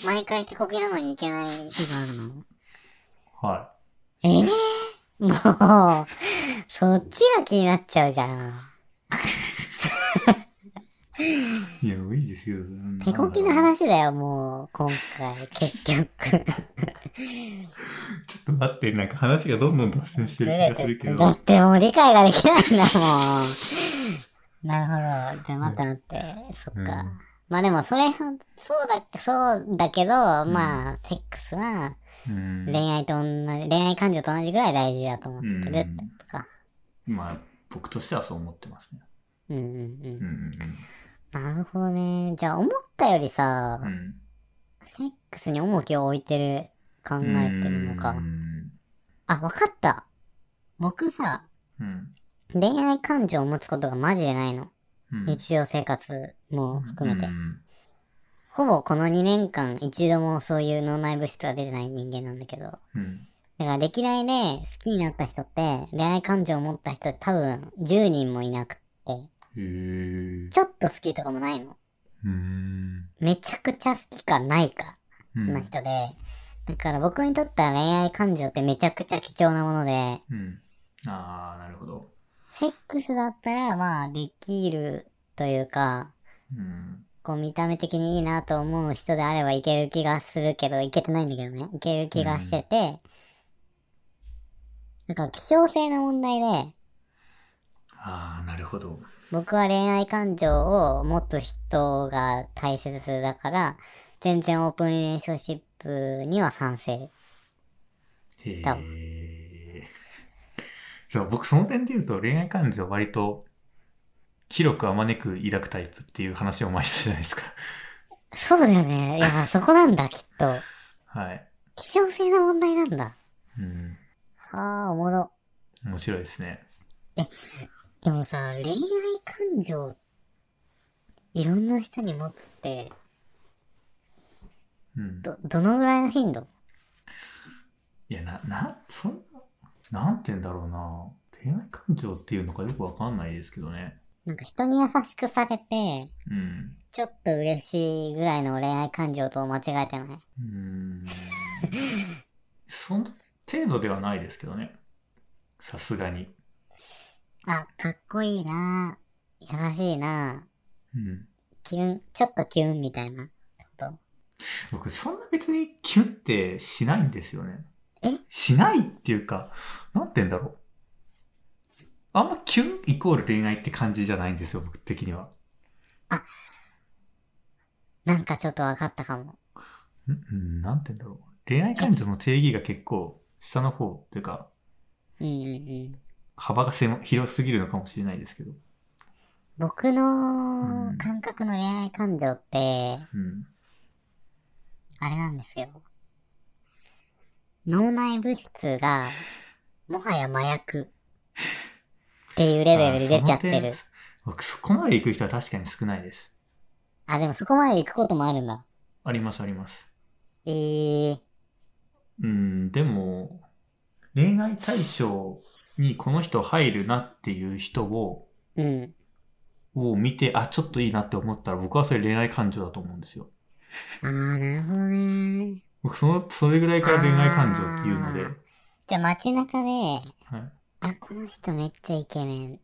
[SPEAKER 2] 毎回手こきなのにいけない日があるの
[SPEAKER 1] は
[SPEAKER 2] ええもう、そっちが気になっちゃうじゃん。
[SPEAKER 1] い。いや、もういいですよ。うん
[SPEAKER 2] 手こきの
[SPEAKER 1] なんだろう
[SPEAKER 2] 話だよ、もう、今回、結局。
[SPEAKER 1] ちょっと待って、なんか話がどんどん脱線して
[SPEAKER 2] ず
[SPEAKER 1] る気
[SPEAKER 2] れ
[SPEAKER 1] がす
[SPEAKER 2] て
[SPEAKER 1] るけ
[SPEAKER 2] る。
[SPEAKER 1] ど。
[SPEAKER 2] だってもう理解ができないんだもん。なるほど。じゃあ、待って待って。そっ
[SPEAKER 1] うん
[SPEAKER 2] か。まあでも、それ、そうだ、そうだけど、まあ、セックスは、
[SPEAKER 1] うん
[SPEAKER 2] 恋愛と同じ、恋愛感情と同じぐらい大事だと思ってるってことか。
[SPEAKER 1] まあ、僕としてはそう思ってますね。
[SPEAKER 2] うんうんう。
[SPEAKER 1] うんん。
[SPEAKER 2] なるほどね。じゃあ思ったよりさ、
[SPEAKER 1] うん。
[SPEAKER 2] セックスに重きを置いてる、考えてるのか
[SPEAKER 1] う。ん。
[SPEAKER 2] あ、わかった。僕さ、
[SPEAKER 1] うん。
[SPEAKER 2] 恋愛感情を持つことがマジでないの。
[SPEAKER 1] うん
[SPEAKER 2] 日常生活も含めて
[SPEAKER 1] う。ん
[SPEAKER 2] ほぼこの2年間一度もそういう脳内物質が出てない人間なんだけど。
[SPEAKER 1] うん
[SPEAKER 2] だから歴代で好きになった人って恋愛感情を持った人多分10人もいなくって、
[SPEAKER 1] へー
[SPEAKER 2] ちょっと好きとかもないの。
[SPEAKER 1] うーん
[SPEAKER 2] めちゃくちゃ好きかないか
[SPEAKER 1] うん
[SPEAKER 2] な人で。だから僕にとっては恋愛感情ってめちゃくちゃ貴重なもので、
[SPEAKER 1] うんああなるほど
[SPEAKER 2] セックスだったらまあできるというか、
[SPEAKER 1] うん
[SPEAKER 2] こう見た目的にいいなと思う人であればいける気がするけど、いけてないんだけどね。いける気がしてて、なんか希少性の問題で、
[SPEAKER 1] ああなるほど
[SPEAKER 2] 僕は恋愛感情を持つ人が大切だから、全然オープンリレーションシップには賛成。
[SPEAKER 1] へ
[SPEAKER 2] 多
[SPEAKER 1] え。そう、僕その点で言うと恋愛感情割と広くあまねく抱くタイプっていう話を前にしたじゃないですか。
[SPEAKER 2] そうだよね。いや、そこなんだ、きっと。
[SPEAKER 1] はい。
[SPEAKER 2] 希少性の問題なんだ。
[SPEAKER 1] うん。
[SPEAKER 2] はあ、おもろ。
[SPEAKER 1] 面白いですね。
[SPEAKER 2] でもさ、恋愛感情、いろんな人に持つって、
[SPEAKER 1] うん。
[SPEAKER 2] ど、どのぐらいの頻度
[SPEAKER 1] いや、な、な、そんな、なんて言うんだろうな。恋愛感情っていうのかよくわかんないですけどね。
[SPEAKER 2] なんか人に優しくされて、
[SPEAKER 1] うん。
[SPEAKER 2] ちょっと嬉しいぐらいの恋愛感情と間違えてな
[SPEAKER 1] う
[SPEAKER 2] い。
[SPEAKER 1] ーん。その程度ではないですけどね。さすがに。
[SPEAKER 2] あ、かっこいいなぁ優しいな
[SPEAKER 1] う
[SPEAKER 2] ぁ
[SPEAKER 1] ん。
[SPEAKER 2] キュン、ちょっとキュンみたいなこと。
[SPEAKER 1] 僕、そんな別にキュンってしないんですよね。
[SPEAKER 2] え
[SPEAKER 1] しないっていうか、なんて言うんだろう。あんまキュンイコール恋愛って感じじゃないんですよ、僕的には。
[SPEAKER 2] なんかちょっと分かったかも。
[SPEAKER 1] んうん、なんて言うんだろう。恋愛感情の定義が結構下の方というか、
[SPEAKER 2] うんうんうん。
[SPEAKER 1] 幅が狭広すぎるのかもしれないですけど。
[SPEAKER 2] 僕
[SPEAKER 1] う
[SPEAKER 2] の
[SPEAKER 1] ん
[SPEAKER 2] 感覚の恋愛感情って、
[SPEAKER 1] うん。
[SPEAKER 2] あれなんですよ。脳内物質が、もはや麻薬っていうレベルで出ちゃ
[SPEAKER 1] あー
[SPEAKER 2] って
[SPEAKER 1] その
[SPEAKER 2] る
[SPEAKER 1] 点。僕、そこまで行く人は確かに少ないです。
[SPEAKER 2] あ、でもそこまで行くこともあるんだ。
[SPEAKER 1] あります、あります。
[SPEAKER 2] えー、
[SPEAKER 1] うん、でも、恋愛対象にこの人入るなっていう人を、
[SPEAKER 2] うん。
[SPEAKER 1] を見て、あ、ちょっといいなって思ったら、僕はそれ恋愛感情だと思うんですよ。
[SPEAKER 2] あー、なるほどね。
[SPEAKER 1] 僕、その、それぐらいから恋愛感情っていうので、
[SPEAKER 2] あーじゃあ街中で、
[SPEAKER 1] はい。
[SPEAKER 2] あ、この人めっちゃイケメンっ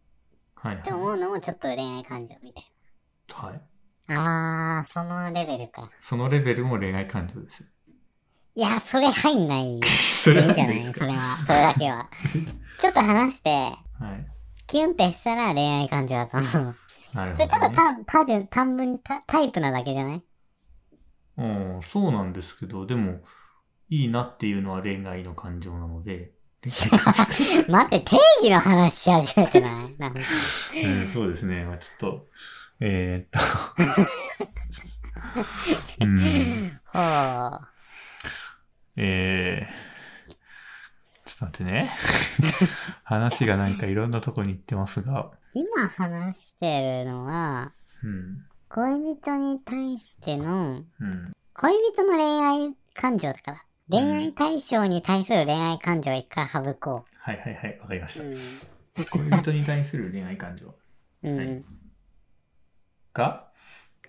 [SPEAKER 1] はい、
[SPEAKER 2] て
[SPEAKER 1] は
[SPEAKER 2] 思うのもちょっと恋愛感情みたいな。
[SPEAKER 1] い。はい。
[SPEAKER 2] あー、そのレベルか。
[SPEAKER 1] そのレベルも恋愛感情ですよ。
[SPEAKER 2] いや、それ入んない。いいんじ
[SPEAKER 1] それ
[SPEAKER 2] ゃ
[SPEAKER 1] なん
[SPEAKER 2] な
[SPEAKER 1] で
[SPEAKER 2] い
[SPEAKER 1] す
[SPEAKER 2] そ
[SPEAKER 1] か
[SPEAKER 2] れは。それだけ は。ちょっと話して、
[SPEAKER 1] はい。
[SPEAKER 2] キュンってしたら恋愛感情だと思う。
[SPEAKER 1] なる
[SPEAKER 2] そ
[SPEAKER 1] ほ
[SPEAKER 2] れた
[SPEAKER 1] ど、
[SPEAKER 2] だ
[SPEAKER 1] ね。
[SPEAKER 2] 単、単純、単文、タタイプなだけじゃ ない
[SPEAKER 1] うん、そうなんですけど、でも、いいなっていうのは恋愛の感情なので、恋愛感情
[SPEAKER 2] 待って、定義の話し始めてないなん か
[SPEAKER 1] うん、そうですね。まあちょっと、えー、っ と、うん、
[SPEAKER 2] ほう。
[SPEAKER 1] えー、ちょっと待って ね。話がなんかいろんなとこに行ってますが。
[SPEAKER 2] 今話してるのは、
[SPEAKER 1] うん。
[SPEAKER 2] 恋人に対しての、
[SPEAKER 1] うん。
[SPEAKER 2] 恋人の恋愛感情だから。恋愛対象に対する恋愛感情を一回省こ
[SPEAKER 1] はいはいはい、わかりまし
[SPEAKER 2] う。
[SPEAKER 1] た。恋人に対する恋愛感情
[SPEAKER 2] うん。
[SPEAKER 1] は
[SPEAKER 2] うん
[SPEAKER 1] い。が、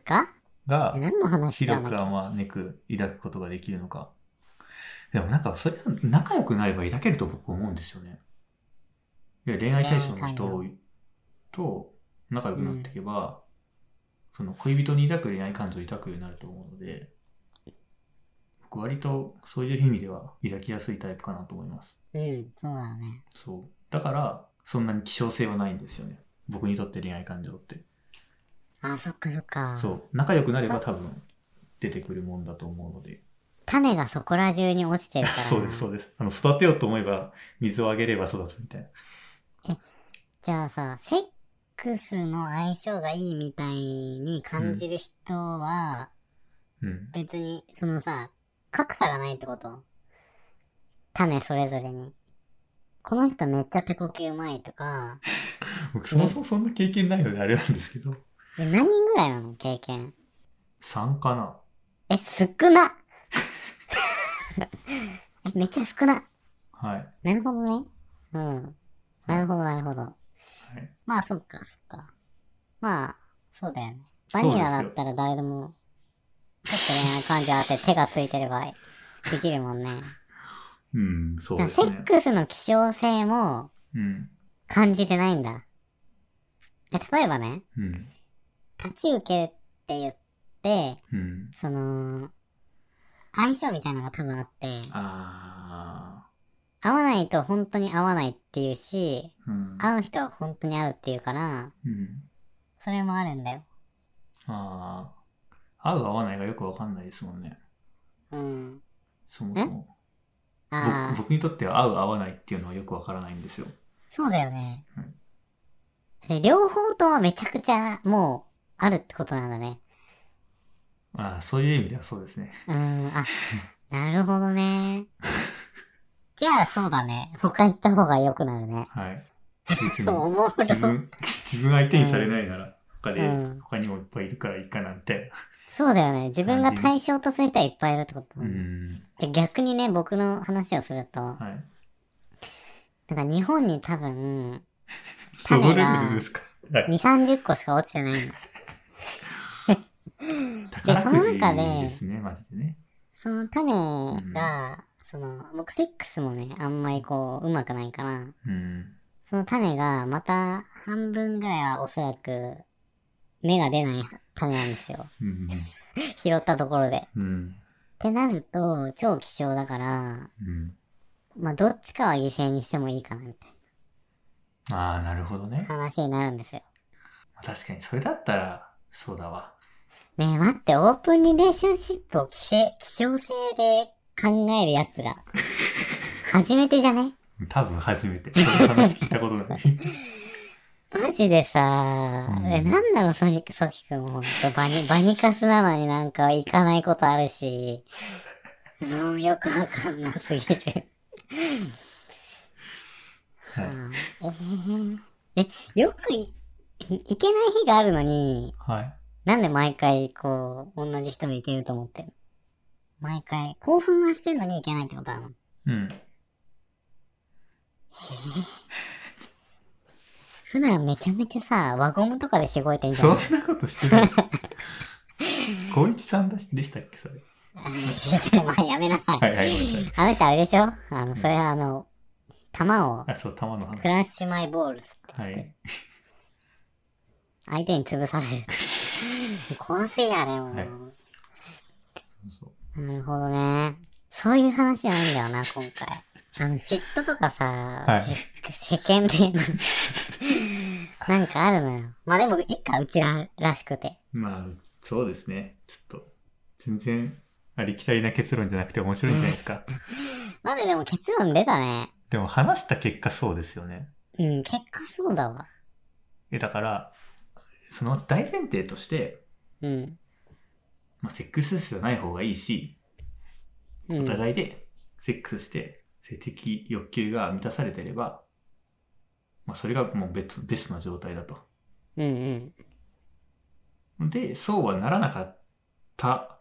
[SPEAKER 2] が
[SPEAKER 1] が、
[SPEAKER 2] 何の話してたん
[SPEAKER 1] 広
[SPEAKER 2] だっ
[SPEAKER 1] く
[SPEAKER 2] け
[SPEAKER 1] あまねく抱くことができるのか。でもなんか、それは仲良くなれば抱けると僕思うんですよね。いや恋愛対象の人と仲良くなっていけば、その恋人に抱く恋愛感情を抱くようになると思うので、僕割とそういう意味では抱きやすいタイプかなと思います。
[SPEAKER 2] うん、そうだね。
[SPEAKER 1] そう。だから、そんなに希少性はないんですよね。僕にとって恋愛感情って。
[SPEAKER 2] あ、そっかそっか。
[SPEAKER 1] そう。仲良くなれば多分出てくるもんだと思うので。
[SPEAKER 2] 種がそこら中に落ちてるからな。
[SPEAKER 1] そうです、そうです。あの、育てようと思えば、水をあげれば育つみたいな。
[SPEAKER 2] じゃあさ、セックスの相性がいいみたいに感じる人は、
[SPEAKER 1] うん。
[SPEAKER 2] 別に、そのさ、格差がないってこと種それぞれに。この人めっちゃ手呼吸うまいとか、
[SPEAKER 1] 僕そもそもそんな経験ないのであれなんですけど。
[SPEAKER 2] え何人ぐらいなの経験。
[SPEAKER 1] 3かな
[SPEAKER 2] え、少なえ、めっちゃ少な。
[SPEAKER 1] はい。は
[SPEAKER 2] なるほどね。うん。なるほど、なるほど。
[SPEAKER 1] い、
[SPEAKER 2] まあ、そっか、そっか。まあ、そうだよね。バニラだ
[SPEAKER 1] そう
[SPEAKER 2] っ
[SPEAKER 1] ですよ。
[SPEAKER 2] たら誰でも、ちょっと恋愛感情あって手がついてればできるもんね。
[SPEAKER 1] うん、そう
[SPEAKER 2] だ
[SPEAKER 1] で
[SPEAKER 2] からセ
[SPEAKER 1] すね
[SPEAKER 2] ッ。クスの希少性も
[SPEAKER 1] うん。
[SPEAKER 2] 感じてないんだ。え例えばね、
[SPEAKER 1] うん。
[SPEAKER 2] 立ち受けって言って、
[SPEAKER 1] うん。
[SPEAKER 2] その、相性みたいなのが多分あって、
[SPEAKER 1] あ
[SPEAKER 2] 合わないと本当に合わないっていうし、
[SPEAKER 1] ー。うん。
[SPEAKER 2] 合う人は本当に合うっていうから、
[SPEAKER 1] うん。
[SPEAKER 2] それもあるんだよ。
[SPEAKER 1] あー。合う合わないがよくわかんないですもんね。
[SPEAKER 2] うん。
[SPEAKER 1] そもそも。
[SPEAKER 2] あ
[SPEAKER 1] 僕
[SPEAKER 2] あ、
[SPEAKER 1] 僕にとっては合う合わないっていうのはよくわからないんですよ。
[SPEAKER 2] そうだよね
[SPEAKER 1] う。
[SPEAKER 2] で、両方とはめちゃくちゃもうあるってことなんだね。
[SPEAKER 1] ああ、そういう意味ではそうですね。
[SPEAKER 2] うーん、 あ、なるほどね。じゃあそうだね。他行った方が良くなるね。
[SPEAKER 1] はい。別に
[SPEAKER 2] と思う
[SPEAKER 1] 自
[SPEAKER 2] よ。
[SPEAKER 1] 分、自分相手にされないなら、他で、
[SPEAKER 2] うん
[SPEAKER 1] 他にもいっぱいいるからいいかなんて。
[SPEAKER 2] そうだよね。自分が対象とする人はいっぱいいるってこと。
[SPEAKER 1] うん。
[SPEAKER 2] じゃあ逆にね、僕の話をすると、な
[SPEAKER 1] はい。
[SPEAKER 2] んか日本に多分、
[SPEAKER 1] その
[SPEAKER 2] 種が
[SPEAKER 1] レベルですか。はい
[SPEAKER 2] 2、30個しか落ちてないの。
[SPEAKER 1] 宝
[SPEAKER 2] その
[SPEAKER 1] くじ
[SPEAKER 2] 中で
[SPEAKER 1] ですね、マジでね。
[SPEAKER 2] その種が、その、僕セックスもね、あんまりこう、うまくないから、
[SPEAKER 1] うん。
[SPEAKER 2] その種がまた半分ぐらいはおそらく、芽が出ない種なんですよ。
[SPEAKER 1] うん。
[SPEAKER 2] 拾ったところで。っ
[SPEAKER 1] うん。
[SPEAKER 2] てなると、超希少だから、
[SPEAKER 1] うん。
[SPEAKER 2] まあ、どっちかは犠牲にしてもいいかな、みたい
[SPEAKER 1] ああ、なるほどね
[SPEAKER 2] な。話になるんですよ。
[SPEAKER 1] 確かに、それだったら、そうだわ。
[SPEAKER 2] ねえ、待って、オープンリレーションシップを希少希少性で考えるやつが、初めてじゃね
[SPEAKER 1] 多分初めて。その話聞いたこと ない。
[SPEAKER 2] マジでさ、
[SPEAKER 1] うん
[SPEAKER 2] え、なんなの、ソニック、ソキ君、ほんと、バ ニ、バニカスなのになんか行かないことあるし、もうよくわかんなすぎる。
[SPEAKER 1] はい。
[SPEAKER 2] うんえーえ、よくい、行けない日があるのに、
[SPEAKER 1] はい。
[SPEAKER 2] なんで毎回、こう、同じ人が行けると思ってんの毎回、興奮はしてんのに行けないってことなの
[SPEAKER 1] うん。
[SPEAKER 2] 普段めちゃめちゃさ、輪ゴムとかでしごいてんじゃ
[SPEAKER 1] そ
[SPEAKER 2] ん。
[SPEAKER 1] んなことしてない。 小一さんだしでしたっけ、それ。
[SPEAKER 2] まあやめなさい。
[SPEAKER 1] はいはい、ごめんなさい。
[SPEAKER 2] あの人あれでしょあの、それはあの、弾を、
[SPEAKER 1] あ、そう、玉の
[SPEAKER 2] ク
[SPEAKER 1] 話。
[SPEAKER 2] ラッシュマイボールズ、
[SPEAKER 1] はい。
[SPEAKER 2] 相手に潰させ る。怖すぎだね、もう。
[SPEAKER 1] はいそう
[SPEAKER 2] なるほどね。そういう話じゃないんだよな、今回。あの、嫉妬とかさ、
[SPEAKER 1] はい
[SPEAKER 2] せ世間で、なん かあるのよ。まあでも、一家うちららしくて。
[SPEAKER 1] まあ、そうですね。ちょっと、全然ありきたりな結論じゃなくて面白いんじゃないですか。
[SPEAKER 2] まだでも結論出たね。
[SPEAKER 1] でも話した結果そうですよね。
[SPEAKER 2] うん、結果そうだわ。
[SPEAKER 1] え、だから、その大前提として、
[SPEAKER 2] うん。
[SPEAKER 1] まあ、セックスレスじゃない方がいいし、
[SPEAKER 2] う
[SPEAKER 1] お
[SPEAKER 2] ん。
[SPEAKER 1] 互いでセックスして性的欲求が満たされてれば、まあ、それがもうベスベストな状態だと。
[SPEAKER 2] うんうん。
[SPEAKER 1] で、そうはならなかった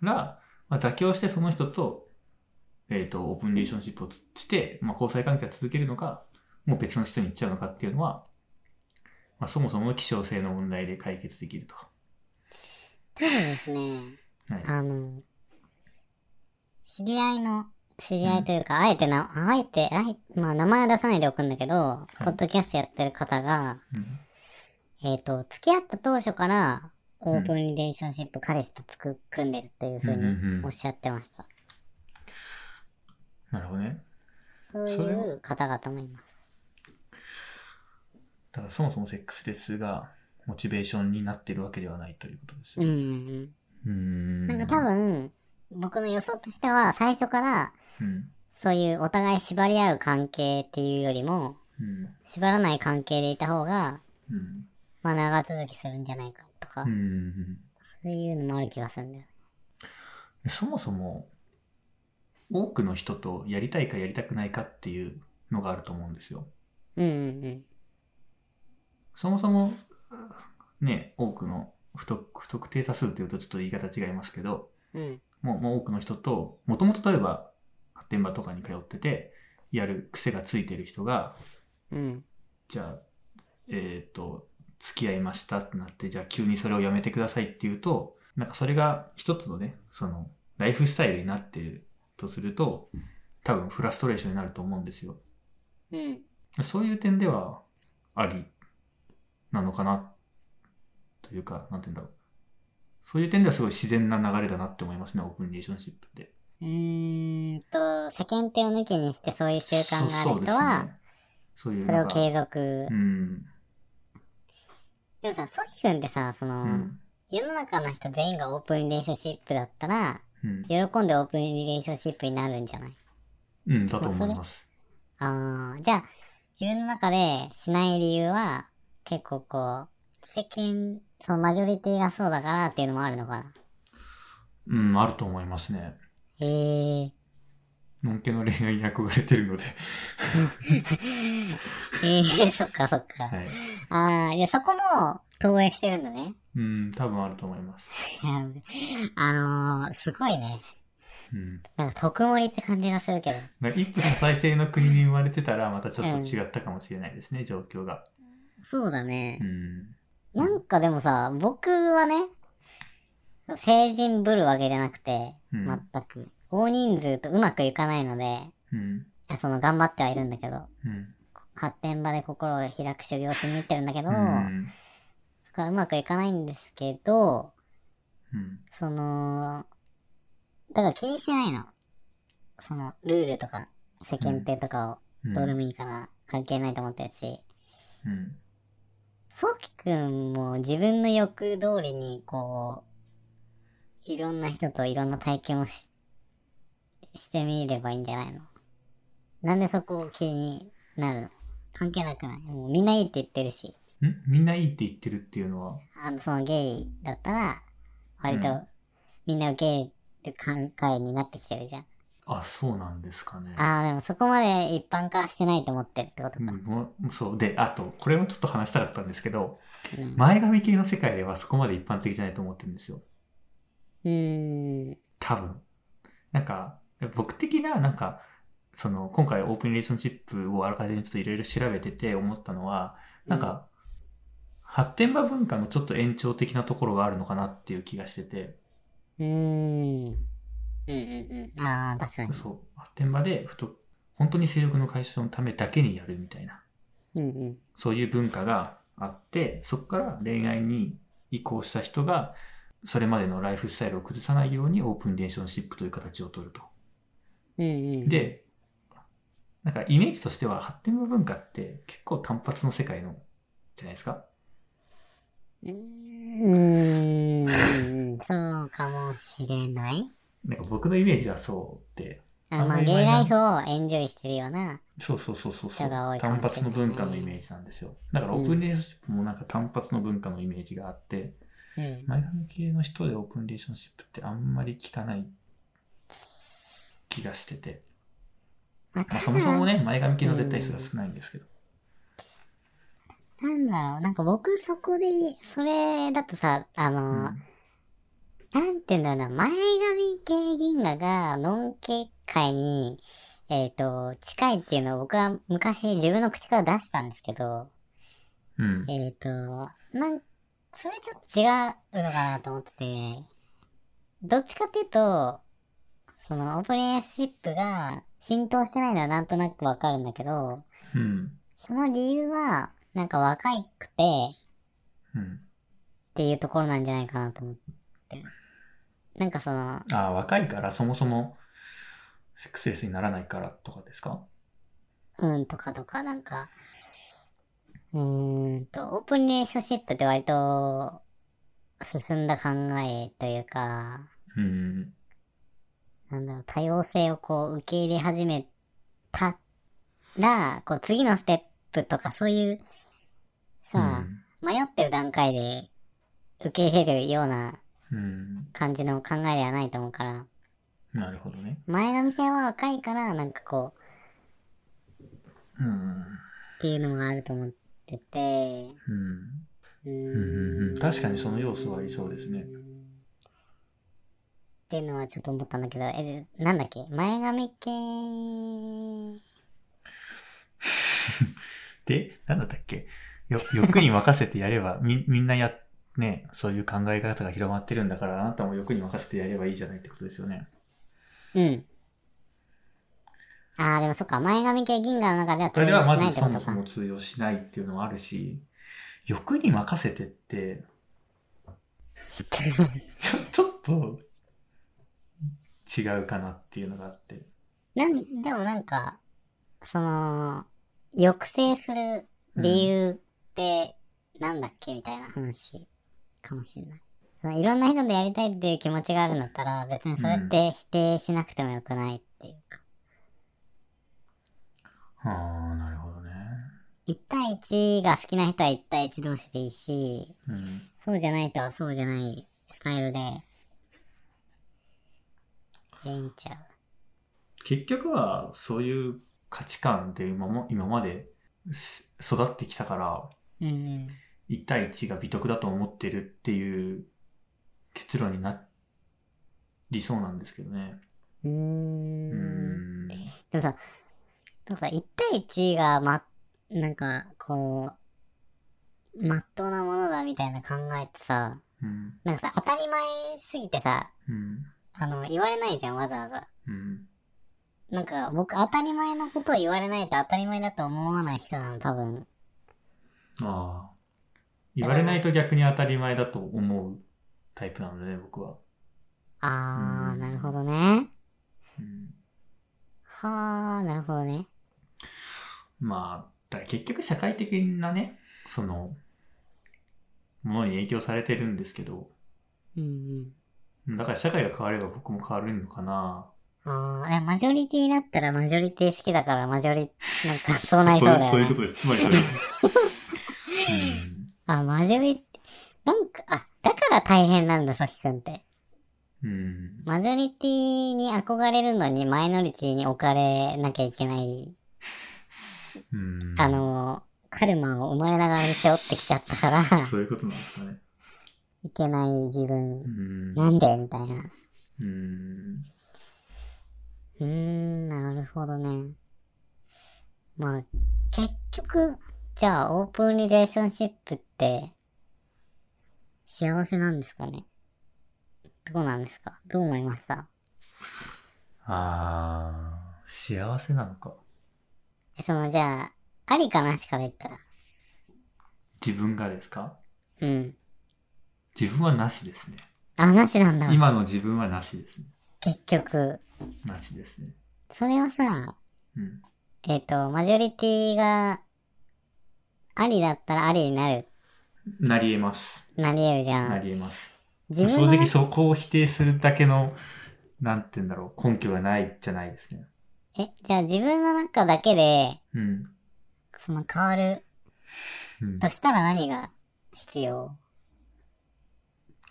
[SPEAKER 1] ら、まあ、妥協してその人と、えっ、と、オープンリレーションシップをつして、まあ、交際関係を続けるのか、もう別の人に行っちゃうのかっていうのは、まあ、そもそもの希少性の問題で解決できると。
[SPEAKER 2] ただですね、
[SPEAKER 1] はい。
[SPEAKER 2] あの、知り合いの、知り合いというか、あえてな、あえて、あえまあ名前は出さないでおくんだけど、
[SPEAKER 1] い
[SPEAKER 2] ポッドキャストやってる方が、
[SPEAKER 1] うん
[SPEAKER 2] えっ、と、付き合った当初から、オープンリレーションシップ彼氏とつく組んでるというふう
[SPEAKER 1] うんうんう
[SPEAKER 2] に
[SPEAKER 1] ん
[SPEAKER 2] おっしゃってました。
[SPEAKER 1] なるほどね。
[SPEAKER 2] そ
[SPEAKER 1] そうれ
[SPEAKER 2] い
[SPEAKER 1] は
[SPEAKER 2] う方々もいます。
[SPEAKER 1] だからそもそもセックスレスがモチベーションになってるわけではないということです
[SPEAKER 2] う
[SPEAKER 1] よ
[SPEAKER 2] ん
[SPEAKER 1] ね。
[SPEAKER 2] うん
[SPEAKER 1] うー。
[SPEAKER 2] うんん。なんか多分、僕の予想としては、最初から、
[SPEAKER 1] うん。
[SPEAKER 2] そういうお互い縛り合う関係っていうよりも、
[SPEAKER 1] うん。
[SPEAKER 2] 縛らない関係でいた方が、
[SPEAKER 1] うん。
[SPEAKER 2] まあ長続きするんじゃないかとか、
[SPEAKER 1] うん。
[SPEAKER 2] そういうのもある気がするんだよ。
[SPEAKER 1] そもそも多くの人とやりたいかやりたくないかっていうのがあると思うんですよ。
[SPEAKER 2] うんうん
[SPEAKER 1] そもそも、ね、多くの不特不特定多数というとちょっと言い方違いますけど、
[SPEAKER 2] うん。
[SPEAKER 1] もうもう多くの人と、もともと例えば発展場とかに通ってて、やる癖がついてる人が、
[SPEAKER 2] うん。
[SPEAKER 1] じゃあ、えっ、と、付き合いましたってなって、じゃあ急にそれをやめてくださいっていうと、なんかそれが一つのね、その、ライフスタイルになってるとすると、多分フラストレーションになると思うんですよ。
[SPEAKER 2] うん。
[SPEAKER 1] そういう点では、ありなのかな、というか、なんて言うんだろう。そういう点ではすごい自然な流れだなって思いますね、オープンリレーションシップって。
[SPEAKER 2] うーんと、世間体を抜きにしてそういう習慣がある人は、
[SPEAKER 1] そうそうですね、そういう
[SPEAKER 2] それ
[SPEAKER 1] な
[SPEAKER 2] を
[SPEAKER 1] んか
[SPEAKER 2] 継続
[SPEAKER 1] う。ん、
[SPEAKER 2] でもさ、ソヒ君ってさ、その、
[SPEAKER 1] うん、
[SPEAKER 2] 世の中の人全員がオープンリレーションシップだったら、
[SPEAKER 1] うん、
[SPEAKER 2] 喜んでオープンリレーションシップになるんじゃない
[SPEAKER 1] うん、だと思います。
[SPEAKER 2] ああ、じゃあ、自分の中でしない理由は、結構こう、世間、そのマジョリティがそうだからっていうのもあるのかな。
[SPEAKER 1] うん、あると思いますね。
[SPEAKER 2] へえ。
[SPEAKER 1] のんけの恋愛に憧れてるので。
[SPEAKER 2] ええ、そっかそっか。
[SPEAKER 1] はい。
[SPEAKER 2] ああ、いや、そこも投影してるんだ ね。
[SPEAKER 1] うん、多分あると思います。
[SPEAKER 2] あのー、すごいね。
[SPEAKER 1] うん。
[SPEAKER 2] なんか、特盛りって感じがするけど。
[SPEAKER 1] まあ、一夫多妻制の国に生まれてたら、またちょっと違ったかもしれないですね、状況が。
[SPEAKER 2] そうだね
[SPEAKER 1] う。ん。
[SPEAKER 2] なんかでもさ、僕はね、成人ぶるわけじゃなくて、
[SPEAKER 1] うん
[SPEAKER 2] 全く。大人数とうまくいかないので、
[SPEAKER 1] うん。
[SPEAKER 2] あその、頑張ってはいるんだけど、
[SPEAKER 1] うん。
[SPEAKER 2] 発展場で心を開く修行しに行ってるんだけど、
[SPEAKER 1] う。
[SPEAKER 2] うんうまくいかないんですけど、
[SPEAKER 1] うん。
[SPEAKER 2] その、だから気にしてないの。その、ルールとか、世間体とか
[SPEAKER 1] う
[SPEAKER 2] を
[SPEAKER 1] ん
[SPEAKER 2] どうでもいいから関係ないと思ってるし、
[SPEAKER 1] うん。
[SPEAKER 2] そうきくんも自分の欲通りに、こう、いろんな人といろんな体験をししてみればいいんじゃないのなんでそこを気になるの関係なくないもうみんないいって言ってるし、
[SPEAKER 1] んみんないいって言ってるっていうのは、
[SPEAKER 2] あの、そのゲイだったら、割
[SPEAKER 1] う
[SPEAKER 2] とみんな受け入れる考えになってきてるじゃん。
[SPEAKER 1] あ、そうなんですかね。
[SPEAKER 2] ああ、でもそこまで一般化してないと思ってるってこと
[SPEAKER 1] う
[SPEAKER 2] か。
[SPEAKER 1] ん、もうそう。で、あと、これもちょっと話したかったんですけど、
[SPEAKER 2] うん。
[SPEAKER 1] 前髪系の世界ではそこまで一般的じゃないと思ってるんですよ。
[SPEAKER 2] うーん。
[SPEAKER 1] 多分。なんか、僕的な、なんか、その、今回オープンリレーションシップをあらかじめちょっといろいろ調べてて思ったのは、なんか、発展場文化のちょっと延長的なところがあるのかなっていう気がしてて、
[SPEAKER 2] うーん。うんうんうん。ああ、確かに。
[SPEAKER 1] そう、発展場で、ふと、本当に勢力の解消のためだけにやるみたいな、
[SPEAKER 2] うんうん。
[SPEAKER 1] そういう文化があって、そこから恋愛に移行した人が、それまでのライフスタイルを崩さないようにオープンリレーションシップという形を取ると。
[SPEAKER 2] うんうん。、
[SPEAKER 1] で、なんかイメージとしては発展の文化って結構単発の世界のじゃないですか。
[SPEAKER 2] うーん、そうかもしれない。
[SPEAKER 1] なんか僕のイメージはそうで、
[SPEAKER 2] あま
[SPEAKER 1] あ
[SPEAKER 2] あ、
[SPEAKER 1] んまり
[SPEAKER 2] ゲ
[SPEAKER 1] ない
[SPEAKER 2] イ
[SPEAKER 1] な
[SPEAKER 2] ライフをエンジョイしてるような。
[SPEAKER 1] そうそうそうそうそう、
[SPEAKER 2] 人が多いかも
[SPEAKER 1] 単
[SPEAKER 2] しれない
[SPEAKER 1] 発の文化のイメージなんですよ。だからオープンリレーションシップもなんか単発の文化のイメージがあって、
[SPEAKER 2] うん。
[SPEAKER 1] 前髪系の人でオープンリレーションシップってあんまり聞かない気がしてて、
[SPEAKER 2] まあ、
[SPEAKER 1] まあ、
[SPEAKER 2] た
[SPEAKER 1] そ
[SPEAKER 2] だ、
[SPEAKER 1] もそも
[SPEAKER 2] な
[SPEAKER 1] ね、前髪系の絶対数が少ないんですけど。
[SPEAKER 2] んだろう、なんか僕そこで、それだとさ、あの、
[SPEAKER 1] うん
[SPEAKER 2] なんて言うんだろうな、前髪系銀河が、ノン系界に、えっ、と、近いっていうのを僕は昔自分の口から出したんですけど、
[SPEAKER 1] うん。
[SPEAKER 2] えっ、と、なん、それちょっと違うのかなと思ってて、どっちかっていうと、そのオープンエアシップが浸透してないのはなんとなくわかるんだけど、
[SPEAKER 1] うん。
[SPEAKER 2] その理由は、なんか若いくてっ
[SPEAKER 1] うん。
[SPEAKER 2] ていうところなんじゃないかなと思ってる。なんかその、
[SPEAKER 1] ああ、若いからそもそもセックスレスにならないからとかですか
[SPEAKER 2] うんとかとか、なんか、うーんと、オープンリレーションシップって割と進んだ考えというか、
[SPEAKER 1] うん。
[SPEAKER 2] なんだろう、多様性をこう受け入れ始めたら、こう次のステップとかそういう、さ、迷ってる段階で受け入れるような
[SPEAKER 1] うん、うん。
[SPEAKER 2] 感じの考えではないと思うから、
[SPEAKER 1] なるほどね。
[SPEAKER 2] 前髪性は若いから、なんかこう、
[SPEAKER 1] うん。
[SPEAKER 2] っていうのがあると思っってて、
[SPEAKER 1] うん。
[SPEAKER 2] う
[SPEAKER 1] うんうん確かにその要素はありそうですね
[SPEAKER 2] っていうのはちょっと思ったんだけど、え、でなんだっけ前髪系、
[SPEAKER 1] で、なんだったっけよ、欲に任せてやれば、 み、みんなや、ね、そういう考え方が広まってるんだから、あなたも欲に任せてやればいいじゃないってことですよね。
[SPEAKER 2] うん。ああ、でもそっか、前髪系銀河の中では
[SPEAKER 1] こ
[SPEAKER 2] 通
[SPEAKER 1] れで
[SPEAKER 2] 用
[SPEAKER 1] は
[SPEAKER 2] し
[SPEAKER 1] ま
[SPEAKER 2] ないっ
[SPEAKER 1] ず
[SPEAKER 2] て
[SPEAKER 1] そ
[SPEAKER 2] こと
[SPEAKER 1] もそ
[SPEAKER 2] か
[SPEAKER 1] も。通用しないっていうのもあるし、欲に任せてって、ちょ、ちょっと、違うかなっていうのがあって。
[SPEAKER 2] なん、 でもなんか、その、抑制する理由ってなんだっけみたいな話かもしれない。そのいろんな人でやりたいっていう気持ちがあるんだったら、別にそれって否定しなくてもよくないっていうか。
[SPEAKER 1] ああ、なるほどね。
[SPEAKER 2] 1対1が好きな人は1対1同士でいいし、
[SPEAKER 1] うん。
[SPEAKER 2] そうじゃない人はそうじゃないスタイルで、ええんちゃう。
[SPEAKER 1] 結局はそういう価値観で今も今まです育ってきたから
[SPEAKER 2] うん。
[SPEAKER 1] 1対1が美徳だと思ってるっていう結論になりそうなんですけどね。
[SPEAKER 2] うー。
[SPEAKER 1] うんん。
[SPEAKER 2] でもさ、でもさ、1対1がま、なんか、こう、まっとうなものだみたいな考えってさ、
[SPEAKER 1] うん。
[SPEAKER 2] なんかさ、当たり前すぎてさ、
[SPEAKER 1] うん。
[SPEAKER 2] あの、言われないじゃん、わざわざ。
[SPEAKER 1] うん。
[SPEAKER 2] なんか、僕、当たり前のことを言われないと当たり前だと思わない人なの、多分。
[SPEAKER 1] ああ。言われないと逆に当たり前だと思うタイプなのでね、僕は。
[SPEAKER 2] あー、
[SPEAKER 1] うん
[SPEAKER 2] なるほどね。
[SPEAKER 1] うん、
[SPEAKER 2] はー、なるほどね。
[SPEAKER 1] まあ、だから結局社会的なね、その、ものに影響されてるんですけど、
[SPEAKER 2] うんうん。
[SPEAKER 1] だから社会が変われば僕も変わるのかな。
[SPEAKER 2] あー、でもマジョリティだったらマジョリティ好きだから、マジョリ、なんか、そうなりそうだよね。
[SPEAKER 1] とです。つまりそういうことです。
[SPEAKER 2] あ、マジョリ、なんか、あ、だから大変なんだ、さきくんって。
[SPEAKER 1] うん。うん。
[SPEAKER 2] マジョリティに憧れるのにマイノリティに置かれなきゃいけない、
[SPEAKER 1] うん、
[SPEAKER 2] あ、の、カルマを生まれながらに背負ってきちゃっ たから、
[SPEAKER 1] そういうことなんですかね。
[SPEAKER 2] いけない自分
[SPEAKER 1] う、ん。
[SPEAKER 2] なんでみたいな。う
[SPEAKER 1] うん。
[SPEAKER 2] ーん、なるほどね。まあ、結局、じゃあ、オープンリレーションシップって、幸せなんですかねどうなんですかどう思いました
[SPEAKER 1] あー、幸せなのか。
[SPEAKER 2] そのじゃあ、ありかなしかで言ったら。
[SPEAKER 1] 自分がですか
[SPEAKER 2] うん。
[SPEAKER 1] 自分はなしですね。
[SPEAKER 2] あ、なしなんだ。
[SPEAKER 1] 今の自分はなしですね。
[SPEAKER 2] 結局。
[SPEAKER 1] なしですね。
[SPEAKER 2] それはさ、
[SPEAKER 1] うん。
[SPEAKER 2] えっ、と、マジョリティが、ありだったらありになる、
[SPEAKER 1] なり得ます。
[SPEAKER 2] なり得るじゃ。
[SPEAKER 1] なんり得ます。
[SPEAKER 2] 自分
[SPEAKER 1] 正
[SPEAKER 2] の
[SPEAKER 1] 直そこを否定するだけの、なんて言うんだろう、根拠がないじゃないですね。
[SPEAKER 2] え、じゃあ自分の中だけで、
[SPEAKER 1] うん。
[SPEAKER 2] その変わる
[SPEAKER 1] うん
[SPEAKER 2] としたら何が必要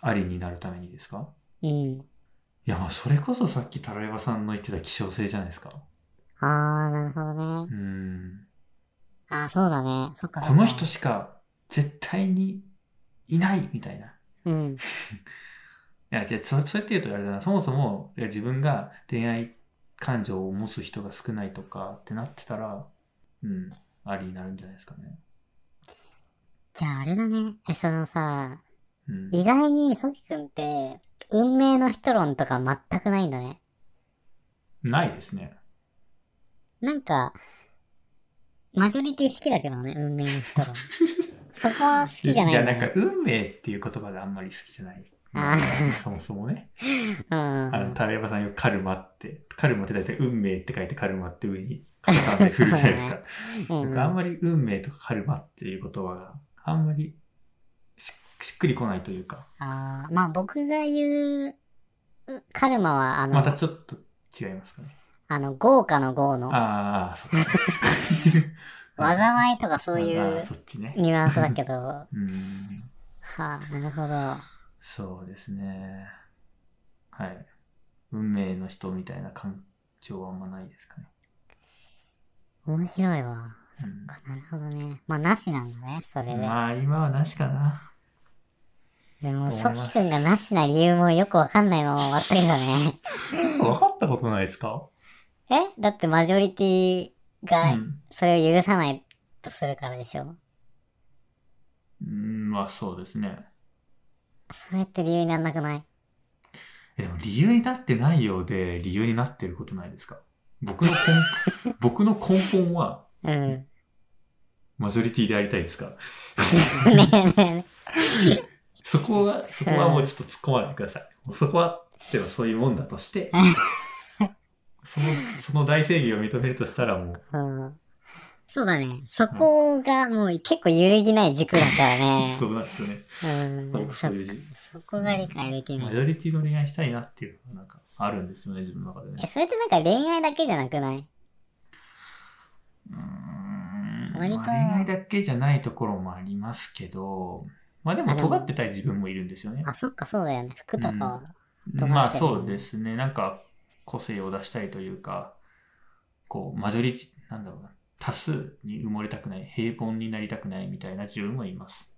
[SPEAKER 1] ありになるためにですか
[SPEAKER 2] うん。
[SPEAKER 1] いやまあそれこそさっきタラレバさんの言ってた希少性じゃないですか。
[SPEAKER 2] あー、なるほど
[SPEAKER 1] う
[SPEAKER 2] ね。
[SPEAKER 1] ん。
[SPEAKER 2] あー、そうだね。そっかそっ
[SPEAKER 1] こ
[SPEAKER 2] か。
[SPEAKER 1] の人しか絶対にいないみたいな。い
[SPEAKER 2] うん。
[SPEAKER 1] やじゃあそそうやって言うとあれだな。そもそもいや自分が恋愛感情を持つ人が少ないとかってなってたら、うん、ありになるんじゃないですかね。
[SPEAKER 2] じゃああれだね。え、そのさ、
[SPEAKER 1] うん。
[SPEAKER 2] 意外にソキ君って、運命の人論とか全くないんだね。
[SPEAKER 1] ないですね。
[SPEAKER 2] なんか、マジョリティ好きだけどね、運命の 人論。そこは好きじゃない
[SPEAKER 1] や
[SPEAKER 2] んだ
[SPEAKER 1] なんか
[SPEAKER 2] ね。
[SPEAKER 1] 運命っていう言葉があんまり好きじゃない。
[SPEAKER 2] あー
[SPEAKER 1] そもそも ね。
[SPEAKER 2] うん
[SPEAKER 1] あの、タラヤバさんよくカルマって、カルマって大体運命って書いてカルマって上にカタカナで振るじゃない ですか。
[SPEAKER 2] うん
[SPEAKER 1] 僕あんまり運命とかカルマっていう言葉があんまりししっくりこないというか、
[SPEAKER 2] あーまあ僕が言う、うカルマは、あの、
[SPEAKER 1] またちょっと違いますかね。
[SPEAKER 2] あの、豪華の豪の、
[SPEAKER 1] ああ、そっち。
[SPEAKER 2] 災いとかそうい
[SPEAKER 1] あ
[SPEAKER 2] う
[SPEAKER 1] ーそっちね。
[SPEAKER 2] ニュアンスだけど、 は
[SPEAKER 1] うん。
[SPEAKER 2] あ、なるほど。
[SPEAKER 1] そうですね。はい。運命の人みたいな感情はあんまないですかね。
[SPEAKER 2] 面白いわ。
[SPEAKER 1] うん
[SPEAKER 2] なるほどね。まあ、なしなんだね、それで。
[SPEAKER 1] まあ、今はなしかな。
[SPEAKER 2] でも、
[SPEAKER 1] 思い
[SPEAKER 2] ソ
[SPEAKER 1] ます
[SPEAKER 2] キ君がなしな理由もよくわかんないまま終わったけど ね。
[SPEAKER 1] 分かったことないですか
[SPEAKER 2] えだってマジョリティ
[SPEAKER 1] う
[SPEAKER 2] が
[SPEAKER 1] ん
[SPEAKER 2] それを許さないとするからでしょ。
[SPEAKER 1] うん、まあそうですね。
[SPEAKER 2] それって理由になんなくない
[SPEAKER 1] えでも理由になってないようで理由になってることないですか僕の 根僕の根本は
[SPEAKER 2] うん。 ね
[SPEAKER 1] マジョリティでありたいですから。
[SPEAKER 2] えねえね
[SPEAKER 1] そこは、そこはもうちょっと突っ込まないでください。そこは、でもそういうもんだと して、その、その大正義を認めるとしたらもう、
[SPEAKER 2] え。うん。そうだね。そこがもう結構揺るぎない軸だからね。
[SPEAKER 1] そうなんですよね。
[SPEAKER 2] うん。
[SPEAKER 1] そ
[SPEAKER 2] そう
[SPEAKER 1] いうじ
[SPEAKER 2] そこが理解できな
[SPEAKER 1] マ
[SPEAKER 2] い
[SPEAKER 1] ジ。ョリティの恋愛したいなっていうのがなんかあるんですよね、自分の中でね
[SPEAKER 2] え、。それってなんか恋愛だけじゃなくない
[SPEAKER 1] うーん
[SPEAKER 2] 割と
[SPEAKER 1] まあ恋愛だけじゃないところもありますけど、まあで
[SPEAKER 2] あ
[SPEAKER 1] も
[SPEAKER 2] でも
[SPEAKER 1] 尖ってたい自分もいるんですよね。
[SPEAKER 2] あ、そっか、そうだよね。服とかは。る
[SPEAKER 1] まあそうですね、なんか個性を出したいというか、こう、マジョリティ、なんだろうな、多数に埋もれたくない、平凡になりたくないみたいな自分もいます。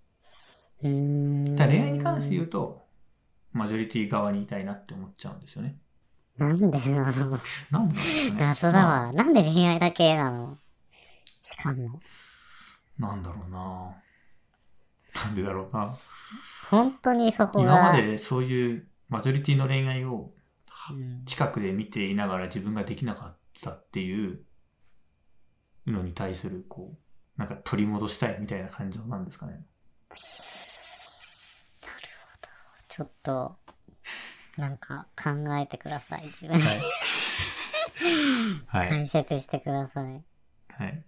[SPEAKER 2] うーん。
[SPEAKER 1] ただ恋愛に関して言うと、マジョリティ側にいたいなって思っちゃうんですよね。
[SPEAKER 2] なんでなの
[SPEAKER 1] なんでなんですかね。
[SPEAKER 2] 謎だわ。なんで恋愛だけなのしかも。
[SPEAKER 1] まあなんだろうな。なんでだろうな。
[SPEAKER 2] 本当にそこ
[SPEAKER 1] 今
[SPEAKER 2] が。
[SPEAKER 1] までそういうマジョリティの恋愛をは
[SPEAKER 2] うん
[SPEAKER 1] 近くで見ていながら自分ができなかったっていうのに対するこうなんか取り戻したいみたいな感情なんですかね。
[SPEAKER 2] ちょっと、なんか考えてください。自分で
[SPEAKER 1] はい。はい。
[SPEAKER 2] 解説してください。
[SPEAKER 1] はい。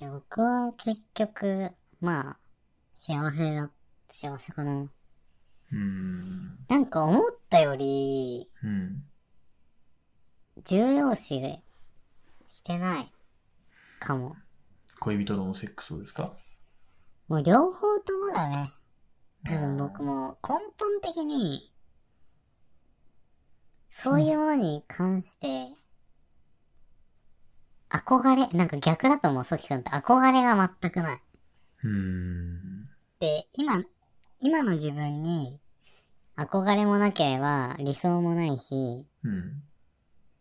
[SPEAKER 2] いや僕は結局、まあ、幸せだ、幸せかな。
[SPEAKER 1] うーん。
[SPEAKER 2] なんか思ったより、
[SPEAKER 1] うん。
[SPEAKER 2] 重要視してないかも。
[SPEAKER 1] 恋人とのセックスをですか
[SPEAKER 2] もう両方ともだね。多分僕も根本的に、そういうものに関して、憧れ、なんか逆だと思う、ソキ君って憧れが全くない。
[SPEAKER 1] うーん。
[SPEAKER 2] で、今、今の自分に憧れもなければ理想もないし、
[SPEAKER 1] うん。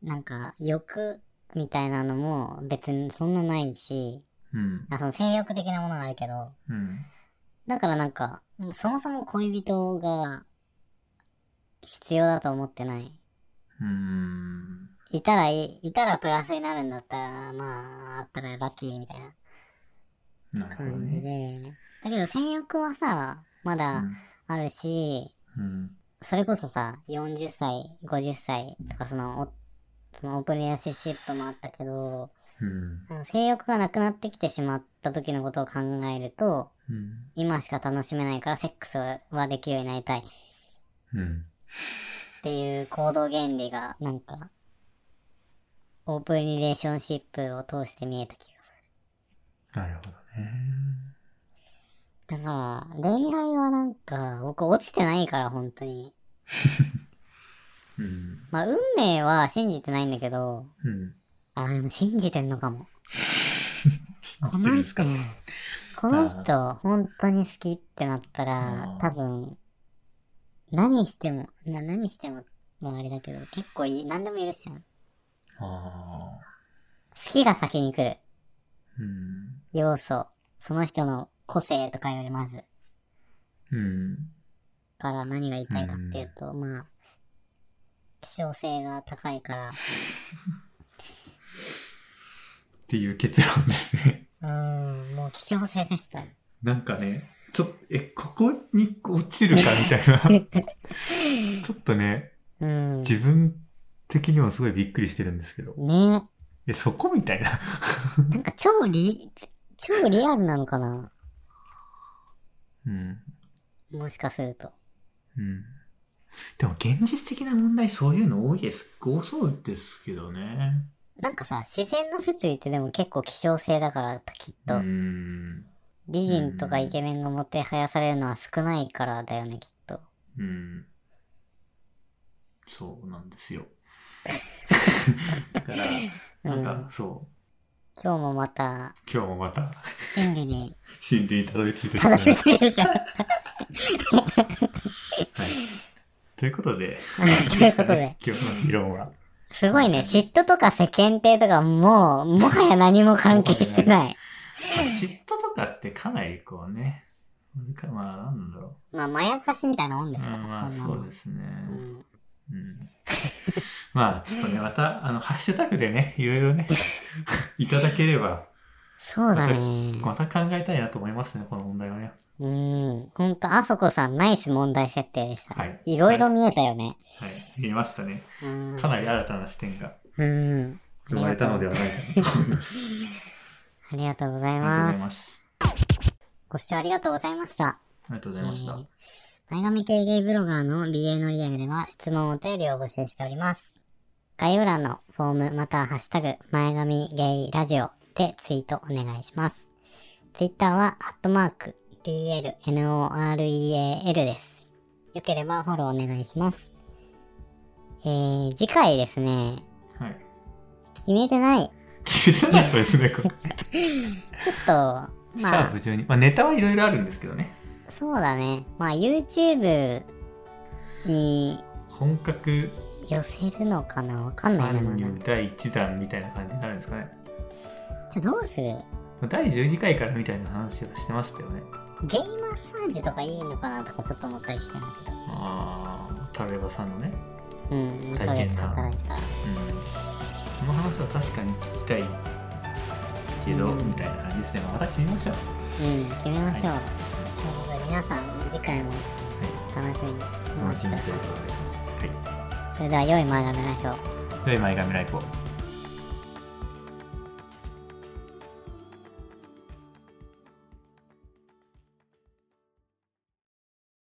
[SPEAKER 2] なんか欲みたいなのも別にそんなないし、
[SPEAKER 1] うん。
[SPEAKER 2] あその性欲的なものがあるけど、
[SPEAKER 1] うん。
[SPEAKER 2] だからなんか、そもそも恋人が必要だと思ってない。
[SPEAKER 1] うーん。
[SPEAKER 2] いたらいい、いたらプラスになるんだったら、まあ、あったらラッキーみたいな
[SPEAKER 1] なるほど
[SPEAKER 2] 感じ
[SPEAKER 1] ね。
[SPEAKER 2] で。だけど性欲はさ、まだあるし、
[SPEAKER 1] うん。うん。
[SPEAKER 2] それこそさ、40歳、50歳とかその、おそのオープンリレーションシップもあったけど、
[SPEAKER 1] うん。
[SPEAKER 2] あの性欲がなくなってきてしまった時のことを考えると、
[SPEAKER 1] うん。
[SPEAKER 2] 今しか楽しめないからセックスはできるようになりたい。
[SPEAKER 1] うん。
[SPEAKER 2] っていう行動原理がなんかオープンリレーションシップを通して見えた気が
[SPEAKER 1] なるほどね。
[SPEAKER 2] するだから恋愛はなんか僕落ちてないから本当に
[SPEAKER 1] うん。
[SPEAKER 2] まあ運命は信じてないんだけど
[SPEAKER 1] うん。
[SPEAKER 2] あでも信じてんのかも
[SPEAKER 1] 知
[SPEAKER 2] こ
[SPEAKER 1] ってるん
[SPEAKER 2] の
[SPEAKER 1] ですか
[SPEAKER 2] 人この
[SPEAKER 1] あ
[SPEAKER 2] 人本当に好きってなったら
[SPEAKER 1] あー
[SPEAKER 2] 多分何してもな何してもまああれだけど結構いい何でも許しちゃう
[SPEAKER 1] ああ。
[SPEAKER 2] 好きが先に来る
[SPEAKER 1] うん。
[SPEAKER 2] 要素その人の個性とかよりまず
[SPEAKER 1] うん。
[SPEAKER 2] から何が言いたいかっていうと、まあ、希少性が高いか
[SPEAKER 1] っていう結論ですね。
[SPEAKER 2] ら、うーん、もう希少性でした。
[SPEAKER 1] なんかね、ちょっと、え、ここに落ちるかみたいな。ちょっとね、
[SPEAKER 2] うん。ね
[SPEAKER 1] 自分的にもすごいびっくりしてるんですけど。え、そこみたいな。
[SPEAKER 2] なんか超リ、超リアルなのかな
[SPEAKER 1] うん。
[SPEAKER 2] もしかすると。
[SPEAKER 1] うん。でも現実的な問題、そういうの多いです。多そうですけどね。
[SPEAKER 2] なんかさ、自然の摂理ってでも結構希少性だから、きっ
[SPEAKER 1] う
[SPEAKER 2] と。
[SPEAKER 1] ん。
[SPEAKER 2] 美人とかイケメンがもてはやされるのは少ないからだよね、きっと。
[SPEAKER 1] うん。そうなんですよ。だから、なん
[SPEAKER 2] う
[SPEAKER 1] かそう、
[SPEAKER 2] 今日もまた、
[SPEAKER 1] 今日もまた、
[SPEAKER 2] 真理に
[SPEAKER 1] 心理にたどり着いてる。
[SPEAKER 2] たど
[SPEAKER 1] はい。
[SPEAKER 2] り着いてしまう。
[SPEAKER 1] ということで、
[SPEAKER 2] ということで、
[SPEAKER 1] 今日の議論は、
[SPEAKER 2] すごいね、嫉妬とか世間体とかもう、もはや何も関係してない。
[SPEAKER 1] まあ嫉妬とかってかなりこうね、なんかまあ、なんだろ
[SPEAKER 2] まあ、まやかしみたいなもん
[SPEAKER 1] う。
[SPEAKER 2] で
[SPEAKER 1] うん、
[SPEAKER 2] すから、
[SPEAKER 1] まあ、
[SPEAKER 2] そんな
[SPEAKER 1] そ
[SPEAKER 2] も。
[SPEAKER 1] うんですね。
[SPEAKER 2] うん
[SPEAKER 1] うん。まあ、ちょっとね、また、あの、ハッシュタグでね、いろいろね、 いただければ、
[SPEAKER 2] そうだね。
[SPEAKER 1] また考えたいなと思いますね、この問題はね。
[SPEAKER 2] うん。ほんと、あそこさん、ナイス問題設定でした。
[SPEAKER 1] はい
[SPEAKER 2] いろいろ見えたよね。
[SPEAKER 1] はい、見えましたね。
[SPEAKER 2] うん。
[SPEAKER 1] かなり新たな視点が
[SPEAKER 2] うん。
[SPEAKER 1] 生まれたのではないかなと思います。
[SPEAKER 2] ありがとうござ
[SPEAKER 1] あ
[SPEAKER 2] い
[SPEAKER 1] りがとうござ
[SPEAKER 2] ま
[SPEAKER 1] い
[SPEAKER 2] す。
[SPEAKER 1] ます。
[SPEAKER 2] ご視聴ありがとうございました。
[SPEAKER 1] ありがとうございました。
[SPEAKER 2] えー前髪系ゲイブロガーの BA のリアルでは質問お便りを募集しております。概要欄のフォームまたはハッシュタグ前髪ゲイラジオでツイートお願いします。Twitter はアットマーク DLNOREAL です。よければフォローお願いします。えー、次回ですね、
[SPEAKER 1] はい。
[SPEAKER 2] 決めてない。
[SPEAKER 1] 気づかなかったですね、これ。
[SPEAKER 2] ちょっと、
[SPEAKER 1] シ
[SPEAKER 2] ま
[SPEAKER 1] ャー
[SPEAKER 2] あ
[SPEAKER 1] プ、12。まあ、ネタはいろいろあるんですけどね。
[SPEAKER 2] そうだね。まあ、YouTube に
[SPEAKER 1] 本格
[SPEAKER 2] 寄せるのかなわかんないな、
[SPEAKER 1] 参
[SPEAKER 2] まだ。
[SPEAKER 1] 入第1弾みたいな感じになるんですかね。
[SPEAKER 2] じゃどうする
[SPEAKER 1] 第12回からみたいな話はしてましたよね。
[SPEAKER 2] ゲイマッサージとかいいのかなとかちょっと思ったりしてんだけど。
[SPEAKER 1] ああ、タレバさんのね。
[SPEAKER 2] うん、2ヶ
[SPEAKER 1] 体
[SPEAKER 2] 月
[SPEAKER 1] 験談
[SPEAKER 2] 働いたら。
[SPEAKER 1] うん。この話は確かに聞きたいけど、
[SPEAKER 2] うん
[SPEAKER 1] みたいな感じですね。まあまた決めましょう。
[SPEAKER 2] うん、決めましょう。
[SPEAKER 1] は
[SPEAKER 2] ということで、皆さん、次回も楽しみにお
[SPEAKER 1] 楽
[SPEAKER 2] 待
[SPEAKER 1] し
[SPEAKER 2] ちく
[SPEAKER 1] み
[SPEAKER 2] だ
[SPEAKER 1] に
[SPEAKER 2] さ
[SPEAKER 1] と
[SPEAKER 2] い
[SPEAKER 1] いう。ことで。はい。
[SPEAKER 2] それでは、良い前髪ラジオ。
[SPEAKER 1] では、前髪ライフを。